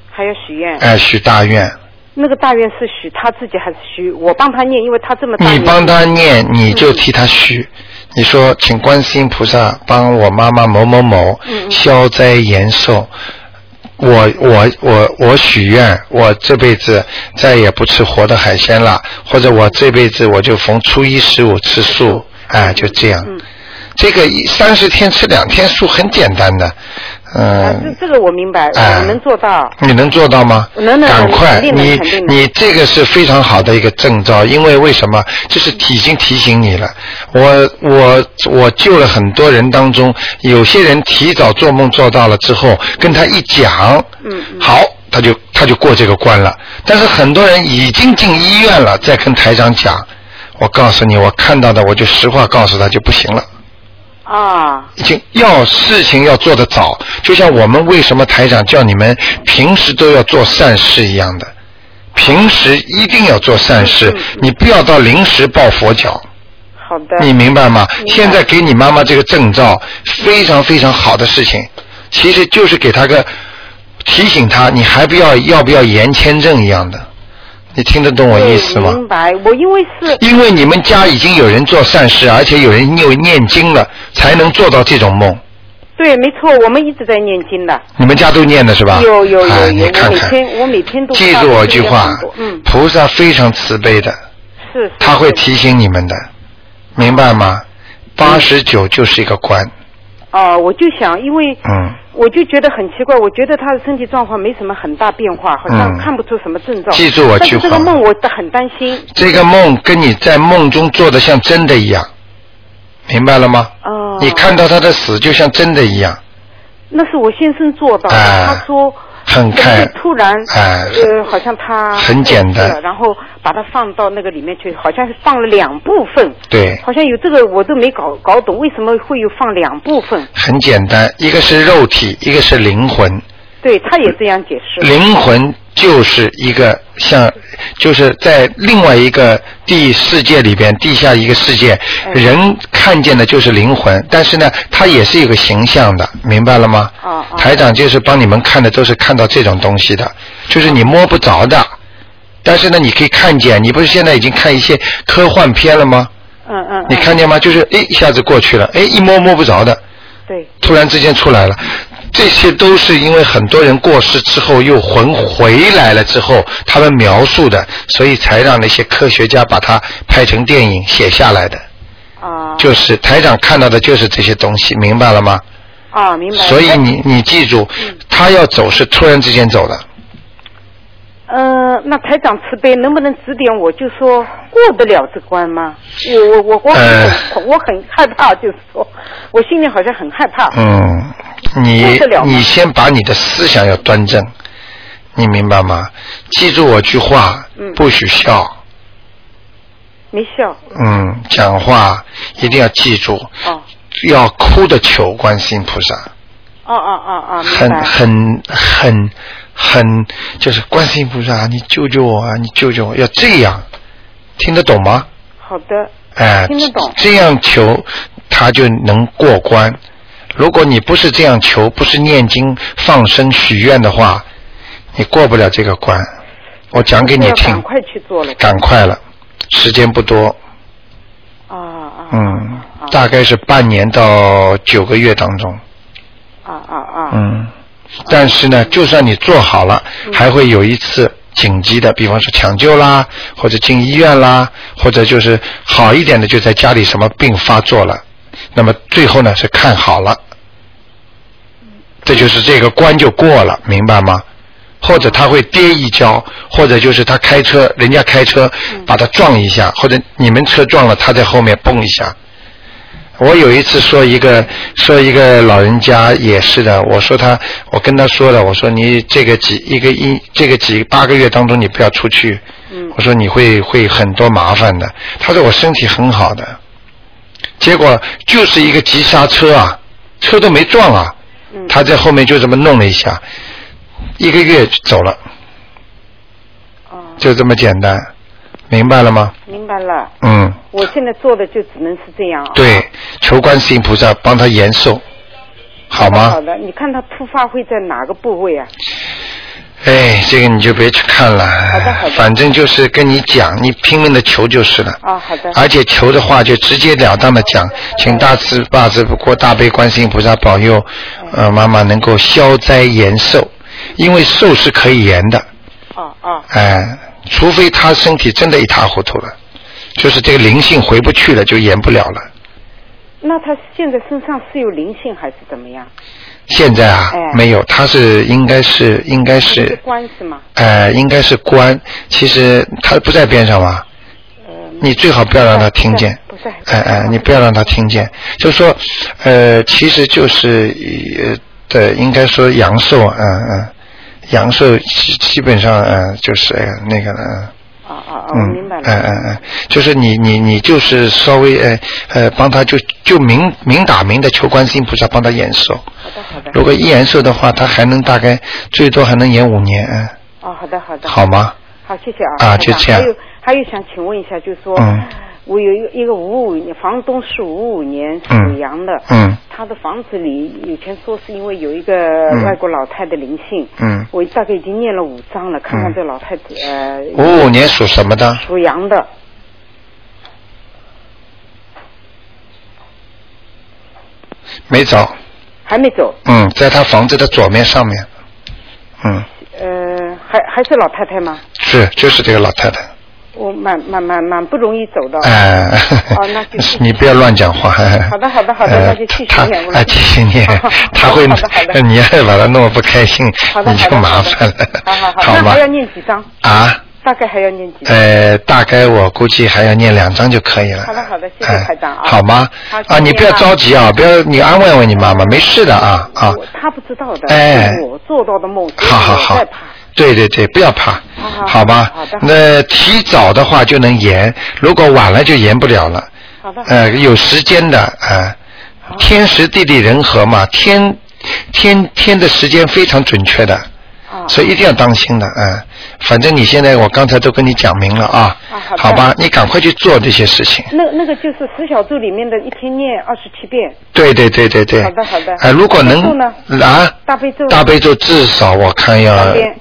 G: 还要许愿？
A: 哎，许大愿。
G: 那个大愿是许他自己还是许我帮他念？因为他这么大
A: 你
G: 年纪
A: 帮他念，你就替他许。你说，请观世音菩萨帮我妈妈某某某
G: 嗯嗯
A: 消灾延寿。我我我我许愿，我这辈子再也不吃活的海鲜了，或者我这辈子我就逢初一十五吃素，哎，就这样。
G: 嗯
A: 这个三十天吃两天素很简单的，嗯、
G: 啊，这这个我明白，
A: 哎
G: 我能做到。
A: 你能做到吗？
G: 能能能
A: 赶快，
G: 肯定能
A: 你
G: 肯定能
A: 你这个是非常好的一个征兆，因为为什么？这
G: 嗯
A: 是已经提醒你了。我我我救了很多人当中，有些人提早做梦做到了之后，跟他一讲，
G: 嗯嗯
A: 好，他就他就过这个关了。但是很多人已经进医院了，再跟台长讲，我告诉你，我看到的，我就实话告诉他就不行了。
G: 啊，
A: 已经要事情要做得早，就像我们为什么台长叫你们平时都要做善事一样的，平时一定要做善事
G: 嗯嗯，
A: 你不要到临时抱佛脚，
G: 好的。
A: 你明白吗？
G: 明白
A: 现在给你妈妈这个证照，非常非常好的事情，其实就是给她个提醒她，你还不要要不要延签证一样的，你听得懂我意思吗？
G: 对明白，我因为是
A: 因为你们家已经有人做善事，而且有人又念经了，才能做到这种梦。
G: 对，没错，我们一直在念经的。
A: 你们家都念的是吧？
G: 有有有
A: 哎
G: 有
A: 你看看
G: 我每天我每天都
A: 记住我一句话
G: 发这个念佛嗯，
A: 菩萨非常慈悲的，
G: 是。是
A: 他会
G: 是
A: 提醒你们的，明白吗？八十九就是一个关，
G: 哦，我就想，因为
A: 嗯，
G: 我就觉得很奇怪，我觉得他的身体状况没什么很大变化，好像
A: 嗯
G: 看不出什么征兆。
A: 记住我
G: 但
A: 句
G: 是这个
A: 话
G: 梦我很担心。
A: 这个梦跟你在梦中做的像真的一样，明白了吗？
G: 哦。
A: 你看。到他的死就像真的一样，
G: 那是我先生做到的，
A: 哎
G: 他说。
A: 很开
G: 怎么会突然，
A: 哎
G: 呃，好像他
A: 很简单
G: 过世了然后把它放到那个里面去，好像是放了两部分，
A: 对，
G: 好像有这个我都没搞搞懂，为什么会有放两部分？
A: 很简单，一个是肉体，一个是灵魂。
G: 对，他也这样解释。
A: 灵魂就是一个像，就是在另外一个地世界里边，地下一个世界，
G: 嗯
A: 人看见的就是灵魂，但是呢，它也是有个形象的，明白了吗？
G: 哦哦
A: 台长就是帮你们看的，都是看到这种东西的，就是你摸不着的，但是呢，你可以看见。你不是现在已经看一些科幻片了吗？
G: 嗯嗯，嗯
A: 你看见吗？就是哎，一下子过去了，哎，一摸摸不着的。
G: 对，
A: 突然之间出来了，这些都是因为很多人过世之后又魂回来了之后，他们描述的，所以才让那些科学家把它拍成电影写下来的。
G: 啊，
A: 就是台长看到的就是这些东西，明白了吗？
G: 啊，明白了。嗯
A: 所以你你记住，他要走是突然之间走的，
G: 哎呃，那台长慈悲，能不能指点我？就说过得了这关吗？我我我我很、
A: 呃
G: 我很害怕，就是说，我心里好像很害怕。
A: 嗯，你
G: 受得了吗
A: 你先把你的思想要端正，你明白吗？记住我句话，
G: 嗯
A: 不许笑。
G: 没笑，
A: 嗯，讲话一定要记住，
G: 哦
A: 要哭的求观世音菩萨。
G: 哦哦哦哦，明
A: 很
G: 白。
A: 很很很，就是观世音菩萨，你救救我啊！你救救我！要这样，听得懂吗？
G: 好的，
A: 哎、
G: 听得懂
A: 这样求，他就能过关。如果你不是这样求，不是念经、放生、许愿的话，你过不了这个关。我讲给你
G: 要赶
A: 听，
G: 快去做了。
A: 赶快了，时间不多，
G: 啊啊。
A: 嗯，
G: 啊
A: 大概是半年到九个月当中。
G: 啊啊啊！
A: 嗯，但是呢，就算你做好了，还会有一次紧急的，比方说抢救啦，或者进医院啦，或者就是好一点的就在家里什么病发作了，那么最后呢是看好了，这就是这个关就过了，明白吗？或者他会跌一跤，或者就是他开车，人家开车把他撞一下，或者你们车撞了，他在后面蹦一下，我有一次说一个说一个老人家也是的，我说他，我跟他说了，我说你这个几一个一这个几八个月当中你不要出去，
G: 嗯
A: 我说你会会很多麻烦的。他说我身体很好的，结果就是一个急刹车啊，车都没撞啊，
G: 嗯
A: 他在后面就这么弄了一下，一个月就走了，
G: 哦，
A: 就这么简单，明白了吗？
G: 明白了。
A: 嗯，
G: 我现在做的就只能是这样啊。
A: 对，求观世音菩萨帮他延寿，好吗？
G: 好的，你看他突发会在哪个部位啊？
A: 哎，这个你就别去看了。
G: 的好的
A: 反正就是跟你讲，你拼命的求就是了。
G: 啊，好的，
A: 而且求的话就直截了当的讲，请大慈大慈不过大悲观世音菩萨保佑，
G: 嗯
A: 呃，妈妈能够消灾延寿，因为寿是可以延的，
G: 啊啊
A: 哎、除非他身体真的一塌糊涂了，就是这个灵性回不去了，就延不了了。
G: 那他现在身上是有灵性还是怎么样？
A: 现在啊，
G: 哎
A: 没有，他是应该是应该是，
G: 关是吗？
A: 呃，应该是官，其实他不在边上吧？
G: 呃，
A: 你最好不要让他听见，
G: 不在不
A: 哎
G: 在
A: 哎，你不要让他听见。就说，呃，其实就是呃对，应该说阳寿，嗯嗯，阳寿基基本上，嗯，就是哎呀那个了，
G: 啊啊啊，我
A: 嗯，
G: 明白
A: 嗯
G: 了。
A: 嗯嗯，就是你你你就是稍微呃呃帮他就就明明打明的求观世音菩萨帮他延寿，
G: 好的好的，
A: 如果一延寿的话，他还能大概最多还能延五年，嗯，
G: 哦好的好的，
A: 好吗？
G: 好谢谢啊。
A: 啊
G: 台
A: 就
G: 长
A: 这样
G: 还有还有想请问一下，就是说
A: 嗯，
G: 我有一个一个五五年房东是五五年
A: 嗯
G: 属羊的，
A: 嗯
G: 他的房子里以前说是因为有一个
A: 嗯
G: 外国老太的灵性，
A: 嗯，
G: 我大概已经念了五章了，看看这老太子、
A: 五
G: 呃
A: 五年属什么的？
G: 属羊的，
A: 没找。
G: 还没走，
A: 嗯，在他房子的左面上面，嗯，
G: 呃，还还是老太太吗？
A: 是就是这个老太太，
G: 我蛮蛮蛮蛮不容易走的。
A: 哎、
G: 哦那就
A: 你不要乱讲话。好
G: 好的好的好的那就继续
A: 他
G: 念我
A: 哎，继续念
G: 好好，
A: 他会
G: 好的好的
A: 你要把他弄得不开心
G: 好，的
A: 你就
G: 好的
A: 麻烦了，
G: 好好好那
A: 吗
G: 还要？念几张？
A: 啊，
G: 大概还要念几张？
A: 呃，大概我估计还要念两张就可以了。
G: 好的好的谢谢
A: 哎
G: 台长啊
A: 好吗
G: 好？
A: 啊，你
G: 谢谢
A: 不要
G: 啊
A: 着急啊，不要你安慰安慰你妈妈，没事的啊啊。
G: 我他不知道的，
A: 哎
G: 是我做到的梦，所以
A: 好好
G: 我
A: 好
G: 在怕。，
A: 对对对，不要怕，
G: 好好
A: 吧
G: 好的？
A: 那提早的话就能延，如果晚了就延不了了。
G: 好的，
A: 呃，有时间的啊、呃，天时地利人和嘛，天天天的时间非常准确的，
G: 啊，
A: 所以一定要当心的啊、呃反正你现在我刚才都跟你讲明了啊，
G: 啊好的
A: 吧，你赶快去做这些事情。
G: 那那个就是十小咒里面的一天念二十七遍，
A: 对对对对对。
G: 好的好的
A: 呃如果能
G: 大悲咒呢
A: 啊，
G: 大悲咒
A: 大悲咒至少我看要
G: 三遍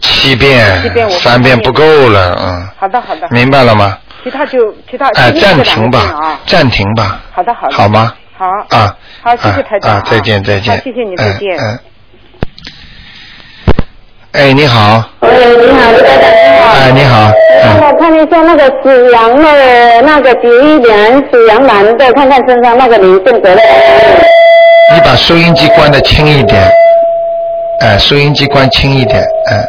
A: 七遍，
G: 七遍我
A: 三遍
G: 看看
A: 不够了，嗯。
G: 好的好的
A: 明白了吗？
G: 其他就其他
A: 哎、
G: 就念
A: 暂停
G: 这两个经
A: 吧
G: 啊，。
A: 暂停吧。
G: 好的好的，
A: 好吗？
G: 好
A: 啊。
G: 好，谢谢
A: 啊
G: 台长
A: 啊，再见再见。
G: 好谢谢你，再见。
A: 嗯。嗯哎，你好，
H: 喂，你好，卢台长，你好。
A: 哎，你好，
H: 帮
A: 嗯
H: 我看一下那个属羊的，那个比一年属羊男的，看看身上那个灵性得了没
A: 你把收音机关的轻一点，哎，收音机关轻一点，嗯，哎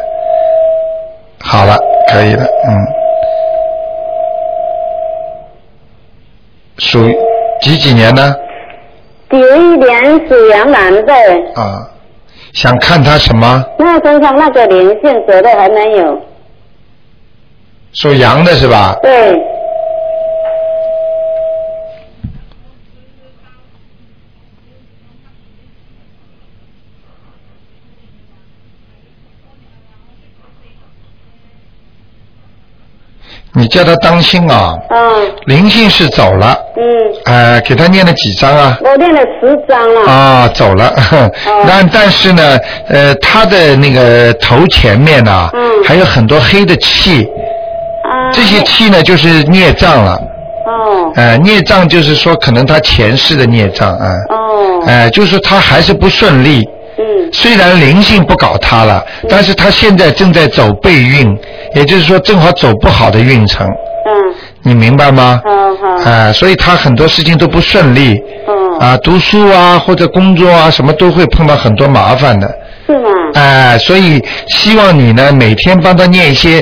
A: 好了，可以了，嗯。属于几几年呢？
H: 九一年属羊男的，
A: 啊，想看他什么？
H: 那身上那个灵性折的还没有，
A: 属羊的是吧？
H: 对，
A: 你叫他当心啊，
H: 嗯
A: 灵性是走了，
H: 嗯，
A: 呃，给他念了几张啊？
H: 我练了十张了，
A: 啊，走了。 但但是呢，呃，他的那个头前面呢、
H: 嗯
A: 还有很多黑的气，
H: 啊，
A: 这些气呢就是孽障了。
H: 哦
A: 呃，孽障就是说可能他前世的孽障啊。
H: 哦，
A: 呃，就是他还是不顺利，
H: 嗯
A: 虽然灵性不搞他了，但是他现在正在走背运，也就是说正好走不好的运程，
H: 嗯，
A: 你明白吗？
H: 好
A: 啊、
H: 好，
A: 所以他很多事情都不顺利。
H: 哦，
A: 啊，读书啊或者工作啊，什么都会碰到很多麻烦的。
H: 是吗？
A: 哎、所以希望你呢每天帮他念一些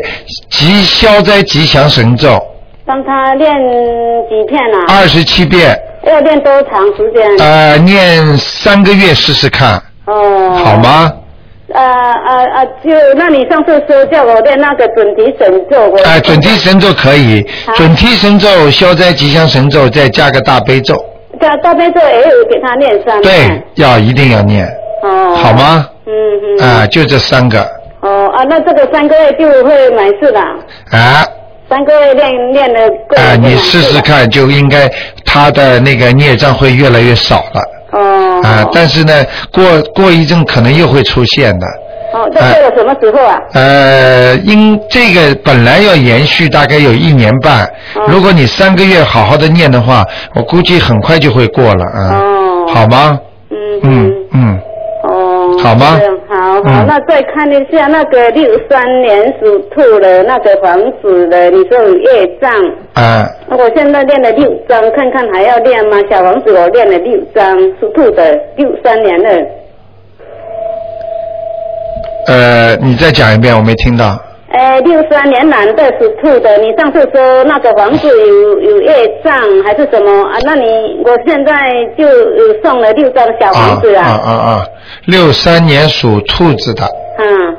A: 吉消灾吉祥神咒，
H: 帮他练几片啊？
A: 二十七遍，
H: 要练多长时间？
A: 呃，念三个月试试看，
H: 哦，
A: 好？吗？
H: 啊啊啊！就那你上次说叫我练那个准提神咒，我
A: 哎、准提神咒可以，
H: 好
A: 准提神咒、消灾吉祥神咒，再加个大悲咒，
H: 大大悲咒也有给他练三
A: 对
H: 遍，，
A: 要一定要念，
H: 哦，
A: 好？吗？
H: 嗯嗯，
A: 啊、就这三个，
H: 哦啊，那这个三个月就会满事了，
A: 啊、
H: 三个月练练的
A: 啊、
H: 够。就满
A: 你
H: 事
A: 试
H: 了
A: 试。看，就应该他的那个孽障会越来越少了
H: 哦。
A: 啊、但是呢，过过一阵可能又会出现的。
H: 哦，这过了什么时候啊？
A: 呃，因这个本来要延续大概有一年半，如果你三个月好好的念的话，我估计很快就会过了啊、
H: 哦
A: 好吗？
H: 嗯
A: 嗯嗯，
H: 哦，
A: 好吗
H: 这样好好，
A: 嗯
H: 那再看一下那个六三年属兔的那个房子的，你说有业障，
A: 啊、
H: 我现在练了六张，看看还要练吗？小房子我练了六张，属兔的六三年的，
A: 呃，你再讲一遍，我没听到。
H: 呃，六三年男的属兔的，你上次说那个房子有有业障还是什么啊？那你我现在就有送了六张小房子
A: 啊啊啊！六、三、年属兔子的，
H: 嗯，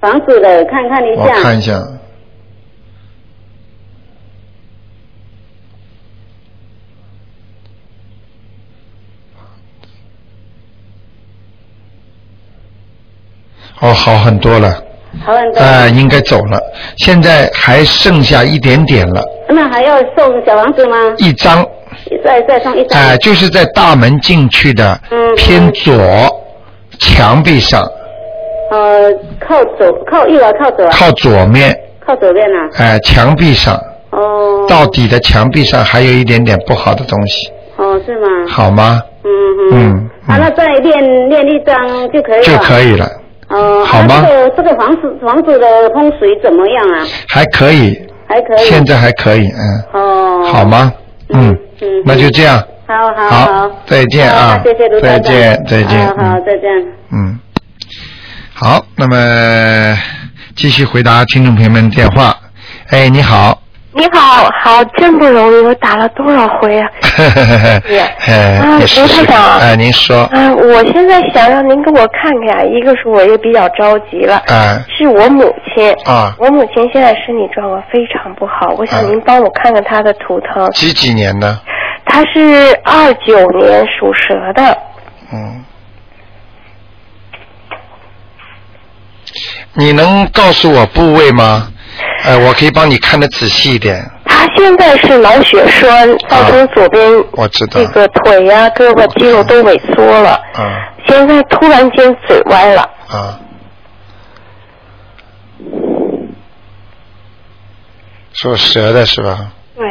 H: 房子的看看一
A: 我
H: 下，
A: 看一下。哦，好很多了，
H: 好很多。
A: 哎、应该走了。现在还剩下一点点了，
H: 那还要送小房子吗？
A: 一张，
H: 再再送一张。
A: 哎、就是在大门进去的
H: 嗯
A: 偏左墙壁上，
H: 呃，靠左，靠右啊，靠左啊，
A: 靠左面，
H: 靠左边啊。
A: 哎、墙壁上，
H: 哦。
A: 到底的墙壁上还有一点点不好的东西，
H: 哦，是吗？
A: 好吗？
H: 嗯嗯。
A: 嗯
H: 啊，
A: 嗯
H: 那再练练一张就可以了。
A: 就可
H: 以。
A: 以了，
H: 哦。
A: 好吗
H: 那这个这个房子房子的风水怎么样啊？
A: 还可以，
H: 还可以。
A: 现在还可以，嗯，
H: 哦。
A: 好？吗？
H: 嗯
A: 嗯
H: 嗯，
A: 那就这样，
H: 好好
A: 好再见啊
H: 好谢谢卢台长
A: 再见再见
H: 好好
A: 嗯
H: 再见。
A: 嗯，好，那么继续回答听众朋友们电话。哎，你好，
B: 你好，好，真不容易，我打了多少回啊？
A: 哎，
B: 啊
A: 也是
B: 卢台长
A: 哎，您说，
B: 啊，我现在想让您给我看看，一个是我也比较着急了，
A: 哎，
B: 是我母亲，
A: 啊，
B: 我母亲现在身体状况非常不好，我想您帮我看看她的图腾，
A: 几几年的？
B: 她是二九年属蛇的，
A: 嗯，你能告诉我部位吗？呃，我可以帮你看得仔细一点。啊
B: 她现在是脑血栓，造成哦左边
A: 我知道
B: 这个腿呀、胳膊肌肉都萎缩了，
A: 啊
B: 现在突然间嘴歪了，
A: 啊，属蛇的是吧？
B: 对，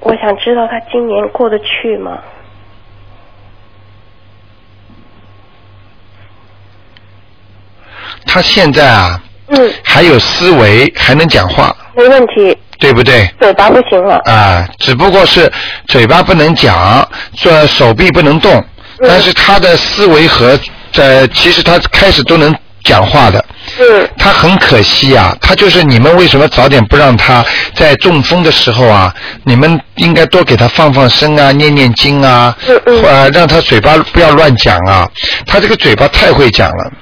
B: 我想知道他今年过得去吗？
A: 他现在啊，
B: 嗯，
A: 还有思维，还能讲话，
B: 没问题，
A: 对不对？
B: 嘴巴不行了。
A: 啊，只不过是嘴巴不能讲，这手臂不能动，但是他的思维和呃，其实他开始都能讲话的。
B: 嗯。
A: 他很可惜啊，他就是你们为什么早点不让他在中风的时候啊？你们应该多给他放放生啊，念念经啊，
B: 嗯
A: 呃，让他嘴巴不要乱讲啊。他这个嘴巴太会讲了。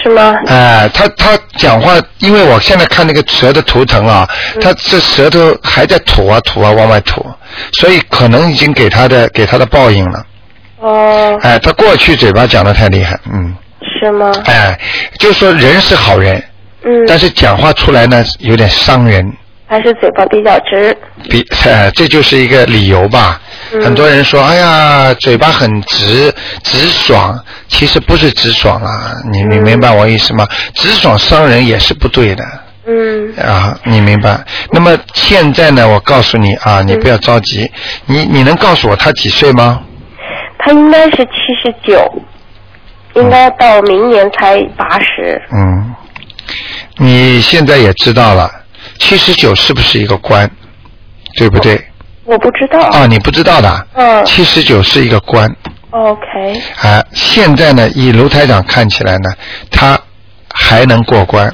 B: 是吗？
A: 哎、他他讲话，因为我现在看那个蛇的图腾啊，
B: 嗯
A: 他这舌头还在吐啊吐啊往外吐，所以可能已经给他的给他的报应了。
B: 哦，
A: 哎、他过去嘴巴讲的太厉害，嗯，
B: 是吗？
A: 哎、就说人是好人，
B: 嗯，
A: 但是讲话出来呢有点伤人，
B: 还是嘴巴比较直。
A: 比呃这就是一个理由吧。
B: 嗯
A: 很多人说，哎呀，嘴巴很直，直爽，其实不是直爽啊，你你明白我意思吗？直爽伤人也是不对的。
B: 嗯
A: 啊，你明白。那么现在呢，我告诉你啊，你不要着急。你你能告诉我他几岁吗？
B: 他应该是七十九，应该到明年才八十。
A: 嗯，你现在也知道了，七十九是不是一个官，对不对？
B: 哦我不知道。
A: 啊，你不知道的。
B: 嗯
A: 七十九是一个官，
B: OK，
A: 啊，现在呢，以卢台长看起来呢，他还能过关。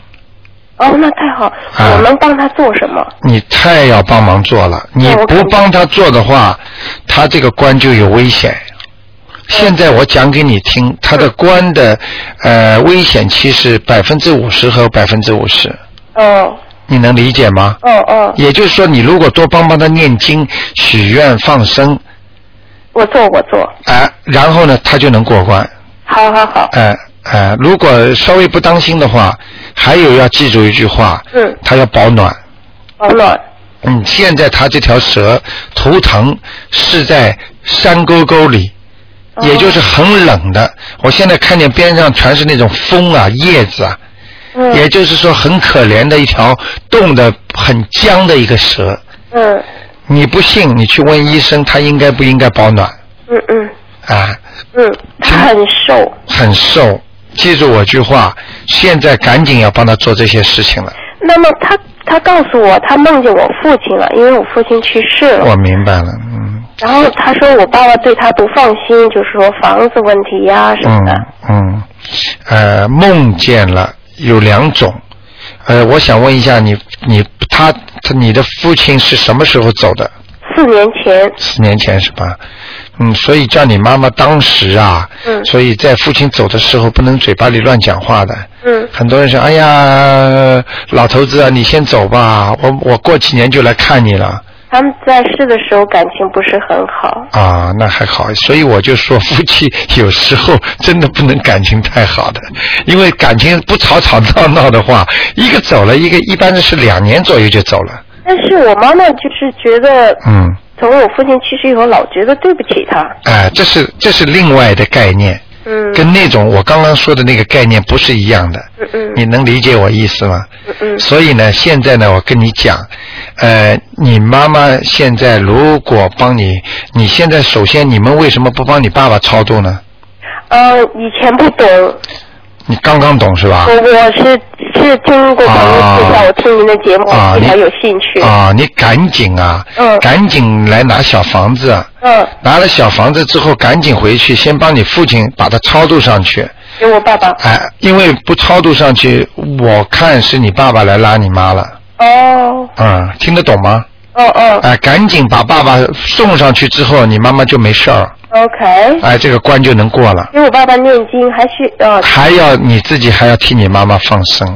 B: 哦，那太好，
A: 啊
B: 我能帮他做什么？
A: 你太要帮忙做了，你不帮他做的话，他这个官就有危险。现在我讲给你听，他的官的呃危险期是百分之五十和百分之五十，
B: 哦
A: 你能理解吗？
B: 哦哦，
A: 也就是说，你如果多帮帮他念经、许愿、放生，
B: 我做我做，
A: 哎、然后呢，他就能过关。
B: 好好好，
A: 哎、哎、如果稍微不当心的话，还有要记住一句话，
B: 嗯，
A: 他要保暖。
B: 保暖，
A: 嗯，现在他这条蛇图腾是在山沟沟里，
B: 哦
A: 也就是很冷的。我现在看见边上全是那种风啊、叶子啊，
B: 嗯
A: 也就是说很可怜的一条冻得很僵的一个蛇。
B: 嗯
A: 你不信，你去问医生，他应该不应该保暖
B: 嗯嗯
A: 啊？
B: 嗯，他很瘦，
A: 很瘦，记住我句话，现在赶紧要帮他做这些事情了。
B: 那么他他告诉我，他梦见我父亲了，因为我父亲去世了。
A: 我明白了，嗯
B: 然后他说我爸爸对他不放心，就是说房子问题呀、什么
A: 嗯
B: 的。
A: 嗯，呃，梦见了有两种，呃，我想问一下你，你他他你的父亲是什么时候走的？
B: 四年前，
A: 四年前是吧？嗯，所以叫你妈妈当时啊，
B: 嗯
A: 所以在父亲走的时候不能嘴巴里乱讲话的。
B: 嗯
A: 很多人说：“哎呀，老头子啊，你先走吧，我我过几年就来看你了。
B: 他们在世的时候感情不是很好”。
A: 啊，那还好，所以我就说夫妻有时候真的不能感情太好的，因为感情不吵吵闹闹的话，一个走了，一个一般是两年左右就走了。
B: 但是我妈妈就是觉得，
A: 嗯，
B: 从我父亲去世以后，老觉得对不起他。
A: 哎，这是这是另外的概念，
B: 嗯
A: 跟那种我刚刚说的那个概念不是一样的。
B: 嗯嗯
A: 你能理解我意思吗？
B: 嗯嗯
A: 所以呢，现在呢，我跟你讲，呃，你妈妈现在如果帮你，你现在首先你们为什么不帮你爸爸超度呢？
B: 呃，以前不懂，
A: 你刚刚懂是吧
B: 我？我是是听过朋友介绍，
A: 啊
B: 我听您的节目
A: 啊
B: 我比较
A: 你
B: 有兴趣。
A: 啊，你赶紧啊，
B: 嗯
A: 赶紧来拿小房子啊，
B: 嗯，
A: 拿了小房子之后，赶紧回去，先帮你父亲把他超度上去。
B: 给我爸爸。
A: 哎，因为不超度上去，我看是你爸爸来拉你妈了。
B: 哦
A: 啊、听得懂吗？
B: 哦哦
A: 哎，赶紧把爸爸送上去之后，你妈妈就没事儿，
B: ，OK。
A: 哎，这个关就能过了。
B: 给我爸爸念经，还需呃
A: 还要你自己还要替你妈妈放生，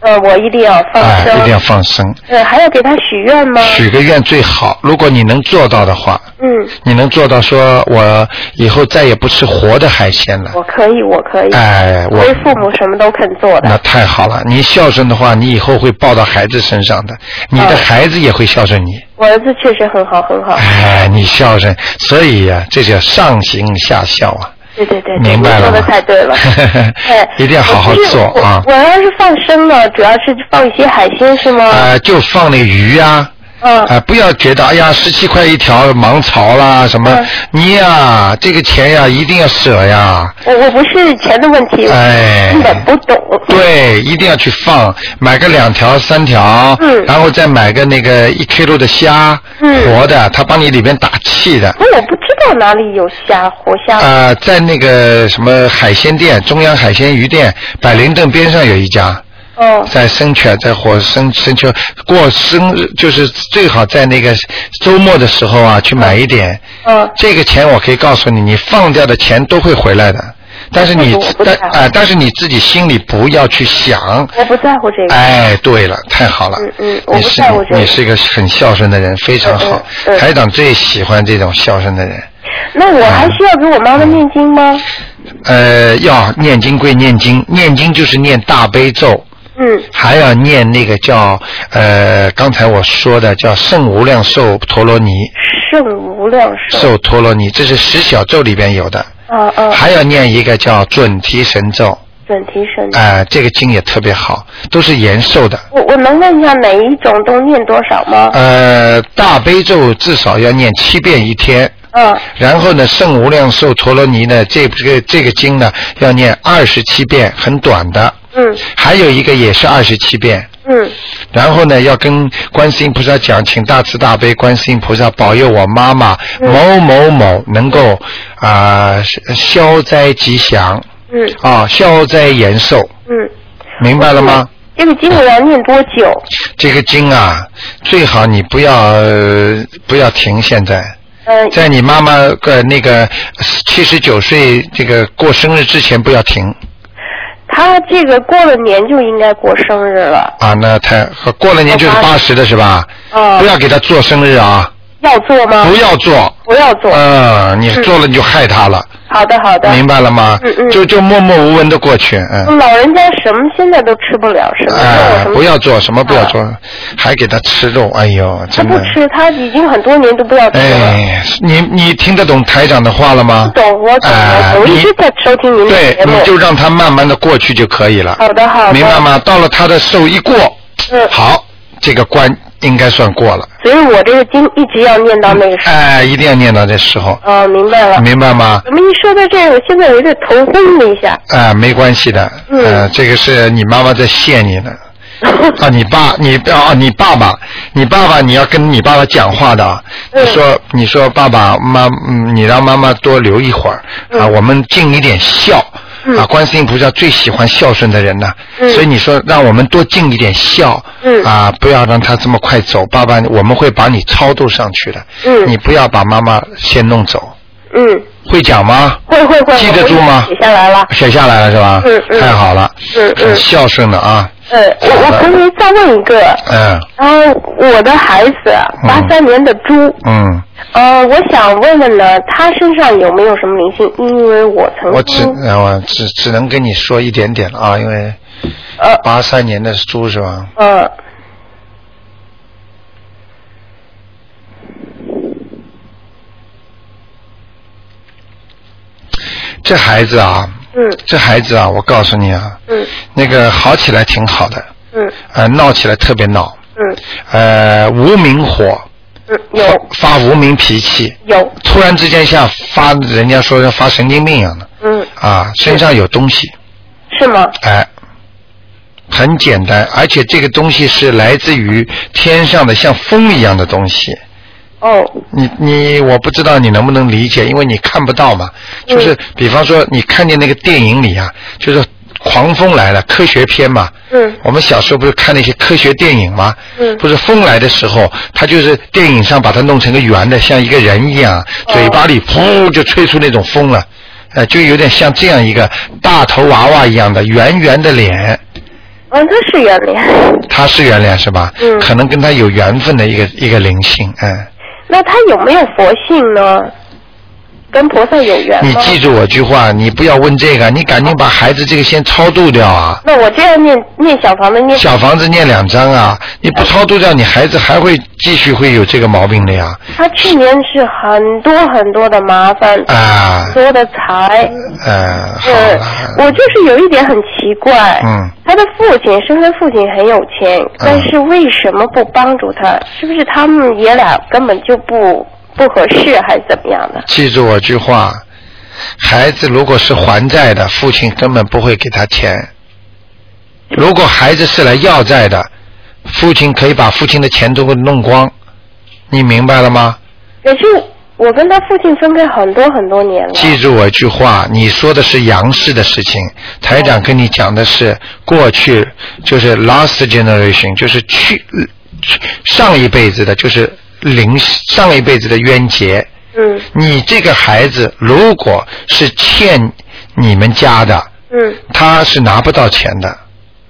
B: 呃，我一定要放
A: 哎，
B: 生。
A: 一定要放生，
B: 呃，还要给他许愿吗？
A: 许个愿最好。如果你能做到的话，
B: 哦嗯，
A: 你能做到说我以后再也不吃活的海鲜了，
B: 我可以，我可以。
A: 哎，我
B: 哦为父母什么都肯做
A: 那
B: 的。
A: 太好了。你孝顺的话，你以后会报到孩子身上的，你的
B: 嗯
A: 孩子也会孝顺你。
B: 我儿子确实很好，很好。
A: 哎，你孝顺，所以呀、这叫上行下效啊。
B: 对对对，
A: 明白
B: 哎你
A: 了吗，。
B: 说的太对了 哎，
A: 一定要好好
B: 我是
A: 做啊哎
B: 我我要是放生呢，主要是放一些海鲜是吗？
A: 呃，就放那鱼啊，
B: 嗯
A: 啊，不要觉得哎呀，十七块一条芒草啦什么
B: 嗯，
A: 你呀，这个钱呀一定要舍呀，
B: 我我不是钱的问题，
A: 哎
B: 我根，本不懂。
A: 对，一定要去放，买个两条、三条，
B: 嗯
A: 然后再买个那个一 kilo 的虾，
B: 嗯
A: 活的，它帮你里边打气的。
B: 那我不知道哪里有虾，活虾。
A: 啊、在那个什么海鲜店，中央海鲜鱼店，百灵镇边上有一家，
B: 哦
A: 在生犬，在火生生球过生日，就是最好在那个周末的时候啊去买一点。
B: 嗯
A: 这个钱我可以告诉你，你放掉的钱都会回来的，但是你
B: 那我不
A: 但
B: 太
A: 啊、但是你自己心里不要去想。
B: 我不在乎这个。
A: 哎，对了，太好了，
B: 嗯嗯我
A: 你
B: 不
A: 是
B: 在乎这个
A: 你是一个很孝顺的人，非常好，
B: 嗯嗯嗯
A: 台长最喜欢这种孝顺的人。
B: 那我还需要给我妈妈念经吗？
A: 哎呃，要念经归念经，念经就是念大悲咒，
B: 嗯
A: 还要念那个叫呃，刚才我说的叫圣无量寿陀罗尼，
B: 圣无量寿。
A: 寿陀罗尼，这是十小咒里边有的，
B: 啊啊，
A: 还要念一个叫准提神咒，
B: 准提神。
A: 哎、这个经也特别好，都是延寿的。
B: 我我能问一下每一种都念多少吗？
A: 呃，大悲咒至少要念七遍一天，
B: 嗯
A: 然后呢，圣无量寿陀罗尼呢，这这个这个经呢要念二十七遍，很短的，
B: 嗯
A: 还有一个也是二十七遍。
B: 嗯
A: 然后呢，要跟观世音菩萨讲，请大慈大悲观世音菩萨保佑我妈妈某某某能够啊、消灾吉祥
B: 嗯
A: 啊，消灾延寿，
B: 嗯。
A: 明白了吗？
B: 这个经我要念多久？
A: 这个经啊，最好你不要、呃不要停。现在
B: 嗯
A: 在你妈妈个那个七十九岁这个过生日之前不要停
B: 他这个过了年就应该过生日了。
A: 啊，那太过了年就是八十的是吧？
B: 哦、
A: 不要给她做生日啊，
B: 要做吗？
A: 不要做。
B: 不要做。
A: 嗯，你做了你就害他了，
B: 好的好的。
A: 明白了吗？
B: 嗯嗯
A: 就就默默无闻的过去，嗯。
B: 老人家什么现在都吃不了，什么肉
A: 哎
B: 什，么啊
A: 不要做什么，不要做，还给他吃肉，哎呦，
B: 他
A: 真
B: 不
A: 的。
B: 吃，他已经很多年都不要吃了。
A: 哎，你你听得懂台长的话了吗？
B: 懂我懂
A: 哎
B: 我我一直
A: 你
B: 在收听您的
A: 对，
B: 节目
A: 你就让他慢慢的过去就可以了。
B: 好的好的
A: 明白吗？到了他的寿一过，
B: 嗯
A: 好，这个关应该算过了。
B: 所以我这个经一直要念到那个时候。
A: 哎，一定要念到这时候，
B: 哦，明白了。
A: 哎明白吗？
B: 我们一说到这个，我现在有点头昏了一下。
A: 啊、没关系的，
B: 嗯
A: 呃，这个是你妈妈在谢你呢。啊，你爸，你啊，你爸爸，你爸爸，你要跟你爸爸讲话的啊。
B: 嗯
A: 你说，你说，爸爸妈，嗯，你让妈妈多留一会儿啊，我们尽一点孝。
B: 嗯
A: 啊，观世音菩萨最喜欢孝顺的人呐、
B: 嗯
A: 所以你说让我们多尽一点孝，
B: 嗯
A: 啊，不要让他这么快走，爸爸，我们会把你超度上去的，
B: 嗯
A: 你不要把妈妈先弄走，
B: 嗯，
A: 会讲吗？
B: 会会会。
A: 记得住吗
B: 我写下来了。
A: 写下来了是吧？
B: 嗯嗯
A: 太好了，
B: 嗯嗯
A: 很孝顺了啊，
B: 嗯，我我可以再问一个，
A: 嗯
B: 然后我的孩子八三年的猪，
A: 嗯，
B: 呃，我想问问呢，他身上有没有什么灵性？因为我曾经
A: 我只呃我只只能跟你说一点点了啊，因为
B: 呃
A: 八三年的猪是吧？
B: 呃
A: 这孩子啊，
B: 嗯
A: 这孩子啊，我告诉你啊，
B: 嗯
A: 那个好起来挺好的，
B: 嗯
A: 呃，闹起来特别闹，
B: 嗯
A: 呃，无名火，
B: 嗯，
A: 发
B: 有
A: 发无名脾气，
B: 有
A: 突然之间像发人家说像发神经病一样的
B: 嗯
A: 啊，身上有东西，
B: 是吗？
A: 哎，很简单，而且这个东西是来自于天上的像风一样的东西。
B: 哦
A: 你你我不知道你能不能理解，因为你看不到嘛。就是比方说，你看见那个电影里啊，就是狂风来了，科学片嘛。
B: 嗯
A: 我们小时候不是看那些科学电影吗？
B: 嗯
A: 不是风来的时候，它就是电影上把它弄成个圆的，像一个人一样，
B: 哦
A: 嘴巴里噗就吹出那种风了，呃，就有点像这样一个大头娃娃一样的圆圆的脸，
B: 嗯，他是圆脸。
A: 他是圆脸是吧？
B: 嗯
A: 可能跟他有缘分的一个一个灵性，嗯。
B: 那他有没有佛性呢？跟菩萨有缘
A: 你
B: 吗？
A: 记住我句话，你不要问这个，你赶紧把孩子这个先超度掉啊。
B: 那我这样念念小房子 念
A: 小房子念两张啊，你不超度掉，你孩子还会继续会有这个毛病的呀。
B: 他去年是很多很多的麻烦，
A: 啊，
B: 多的财。
A: 呃，好
B: 呃
A: 了，，
B: 我就是有一点很奇怪，
A: 嗯，
B: 他的父亲，生他父亲很有钱，但是为什么不帮助他？是不是他们爷俩根本就不不合适，还是怎么样的？
A: 记住我句话，孩子如果是还债的，父亲根本不会给他钱；如果孩子是来要债的，父亲可以把父亲的钱都给弄光，你明白了吗？
B: 也是我跟他父亲分开很多很多年了，
A: 记住我一句话，你说的是杨氏的事情，台长跟你讲的是过去，就是 last generation，就是去去上一辈子的，就是零上一辈子的冤结。
B: 嗯
A: 你这个孩子如果是欠你们家的，
B: 嗯，
A: 他是拿不到钱的。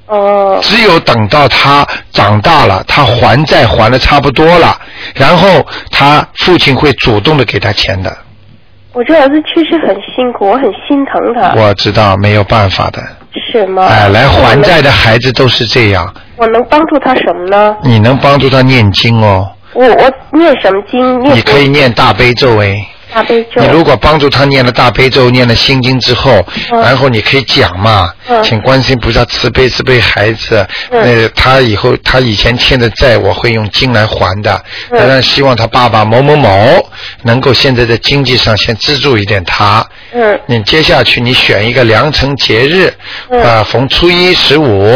B: 哦、
A: 只有等到他长大了，他还债还的差不多了，然后他父亲会主动的给他钱的。
B: 我这儿子确实很辛苦，我很心疼他，
A: 我知道没有办法的，
B: 是吗？
A: 哎，来还债的孩子都是这样。
B: 我能帮助他什么呢？
A: 你能帮助他念经哦，
B: 我我念什么经？念
A: 你可以念大悲咒哎。
B: 大悲咒
A: 你。如果帮助他念了大悲咒，念了心经之后，
B: 嗯
A: 然后你可以讲嘛，
B: 嗯
A: 请观世音菩萨慈悲慈悲孩子，
B: 嗯
A: 那他以后他以前欠的债我会用经来还的，
B: 嗯
A: 当然希望他爸爸某某某能够现在在经济上先资助一点他。
B: 嗯
A: 你接下去你选一个良辰节日，啊、
B: 嗯
A: 逢初一十五，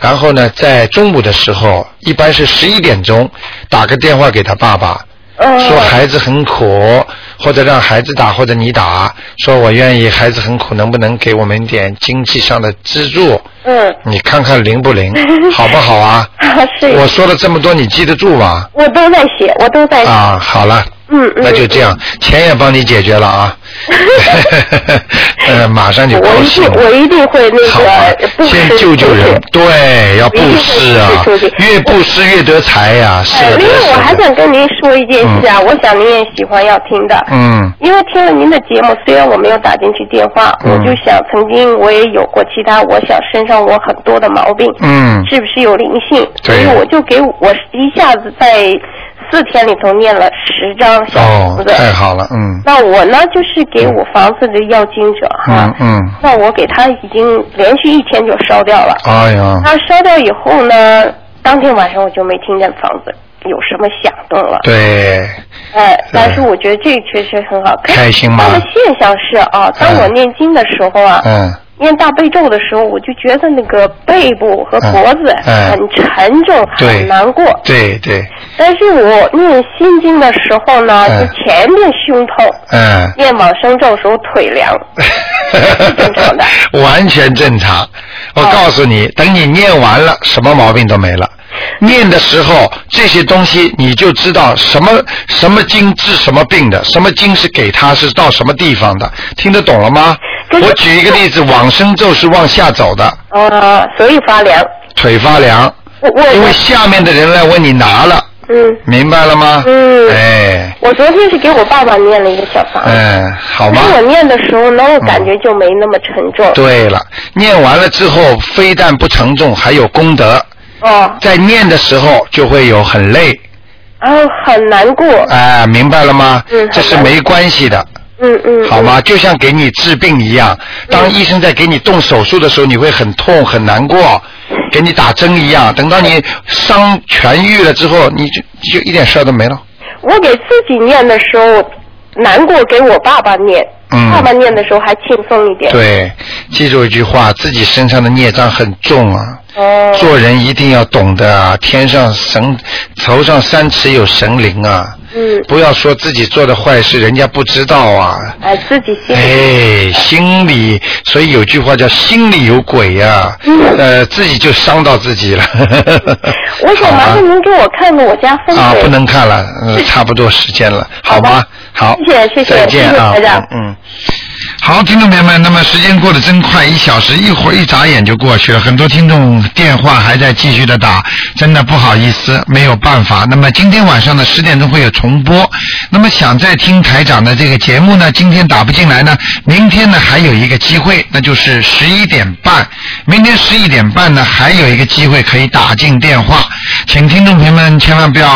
A: 然后呢，在中午的时候，一般是十一点钟，打个电话给他爸爸，
B: 嗯。
A: 说孩子很苦，或者让孩子打，或者你打，说我愿意，孩子很苦，能不能给我们点经济上的资助？
B: 嗯。
A: 你看看灵不灵，好不好啊？
B: 啊，是。
A: 我说了这么多，你记得住吗？
B: 我都在写，我都在写。
A: 啊，好了，
B: 嗯嗯。
A: 那就这样，钱也帮你解决了 啊。呃，马上就
B: 我
A: 高
B: 一
A: 兴
B: 定，我
A: 了。
B: 一呃定会那
A: 好吧
B: 个布，施
A: 先救救
B: 出
A: 人
B: 去，
A: 对，要布施啊
B: 一定会出去，
A: 越布施越得财呀，是
B: 哎
A: 的，
B: 因为我还
A: 是的
B: 想跟您说一件事啊，我想您也喜欢要听的。
A: 嗯
B: 因为听了您的节目，虽然我没有打进去电话，
A: 嗯
B: 我就想，曾经我也有过其他，我想身上我很多的毛病，
A: 嗯
B: 是不是有灵性？所
A: 对
B: 以我就给我一下子在四天里头念了十张小
A: 哦
B: 房，子。
A: 太好了，嗯
B: 那我呢，就是给我房子的要经者哈，
A: 嗯嗯，
B: 那我给他已经连续一天就烧掉了。
A: 哎呀，
B: 他烧掉以后呢，当天晚上我就没听见房子有什么响动了。
A: 对，
B: 哎，但是我觉得这个确实很好。可是
A: 开心吗
B: 它的现象是啊，当我念经的时候啊，
A: 嗯，
B: 念大悲咒的时候，我就觉得那个背部和
A: 嗯
B: 脖子
A: 嗯
B: 很沉重，
A: 对
B: 很难过。
A: 对对，
B: 但是我念心经的时候呢，
A: 嗯
B: 就前面胸痛，
A: 嗯，
B: 念往生咒的时候腿 凉。正常的
A: 完全正常。我
B: 哦
A: 告诉你，等你念完了，什么毛病都没了。念的时候，这些东西你就知道什么什么经治什么病的，什么经是给他是到什么地方的，听得懂了吗？
B: 就是
A: 我举一个例子，往生咒是往下走的，
B: 啊，所以发凉。
A: 腿发凉，
B: 我我
A: 因为
B: 我
A: 下面的人来问你拿了，
B: 嗯，
A: 明白了吗？
B: 嗯
A: 哎，
B: 我昨天是给我爸爸念了一个小房
I: 哎
B: 子，
A: 嗯，好吗？
B: 但是我念的时候呢，我
I: 嗯
B: 感觉就没那么沉重。
A: 对了，念完了之后，非但不沉重，还有功德。
B: 哦，
A: 在念的时候就会有很累，
B: 然后很难过。
A: 哎、明白了吗？
B: 嗯
A: 这是没关系的，
B: 嗯嗯。
A: 好吗？就像给你治病一样，当医生在给你动手术的时候，你会很痛很难过，给你打针一样。等到你伤痊愈了之后，你就你就一点事儿都没了。
B: 嗯我给自己念的时候难过，给我爸爸念。
A: 嗯
B: 爸爸念的时候还轻松一点。。
A: 对，记住一句话，自己身上的孽障很重啊。
B: 哦。
A: 做人一定要懂得啊，天上神，头上三尺有神灵啊，
B: 嗯。
A: 不要说自己做的坏事，人家不知道啊。
B: 哎，自己心里。
A: 哎，心里，所以有句话叫心里有鬼呀、
B: 嗯
A: 呃，自己就伤到自己了。
B: 我想麻烦您给我看看我家风
A: 好啊，
B: 水。
A: 啊，不能看了，呃差不多时间了，好吗？好，
B: 谢谢谢谢
A: 再见啊，
B: 谢谢台长
A: 嗯。嗯好，听众朋友们，那么时间过得真快，一小时一会儿一眨眼就过去了。很多听众电话还在继续的打，真的不好意思，没有办法。那么今天晚上的十点钟会有重播。那么想再听台长的这个节目呢，今天打不进来呢，明天呢还有一个机会，那就是十一点半。明天十一点半呢还有一个机会可以打进电话，请听众朋友们千万不要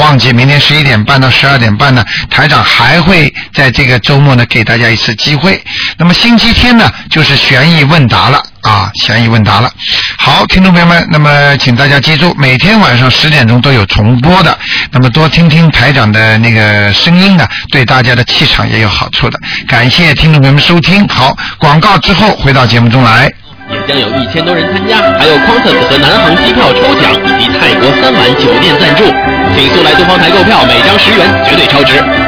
A: 忘记，明天十一点半到十二点半呢，台长还会在这个周末呢给大家一次机会。那么星期天呢，就是悬疑问答了啊，悬疑问答了。好，听众朋友们，那么请大家记住，每天晚上十点钟都有重播的，那么多听听台长的那个声音呢，对大家的气场也有好处的。感谢听众朋友们收听，好，广告之后回到节目中来。
I: 也将有一千多人参加，还有 concert 和南航机票抽奖以及泰国三晚酒店赞助，请速来东方台购票，每张十元，绝对超值。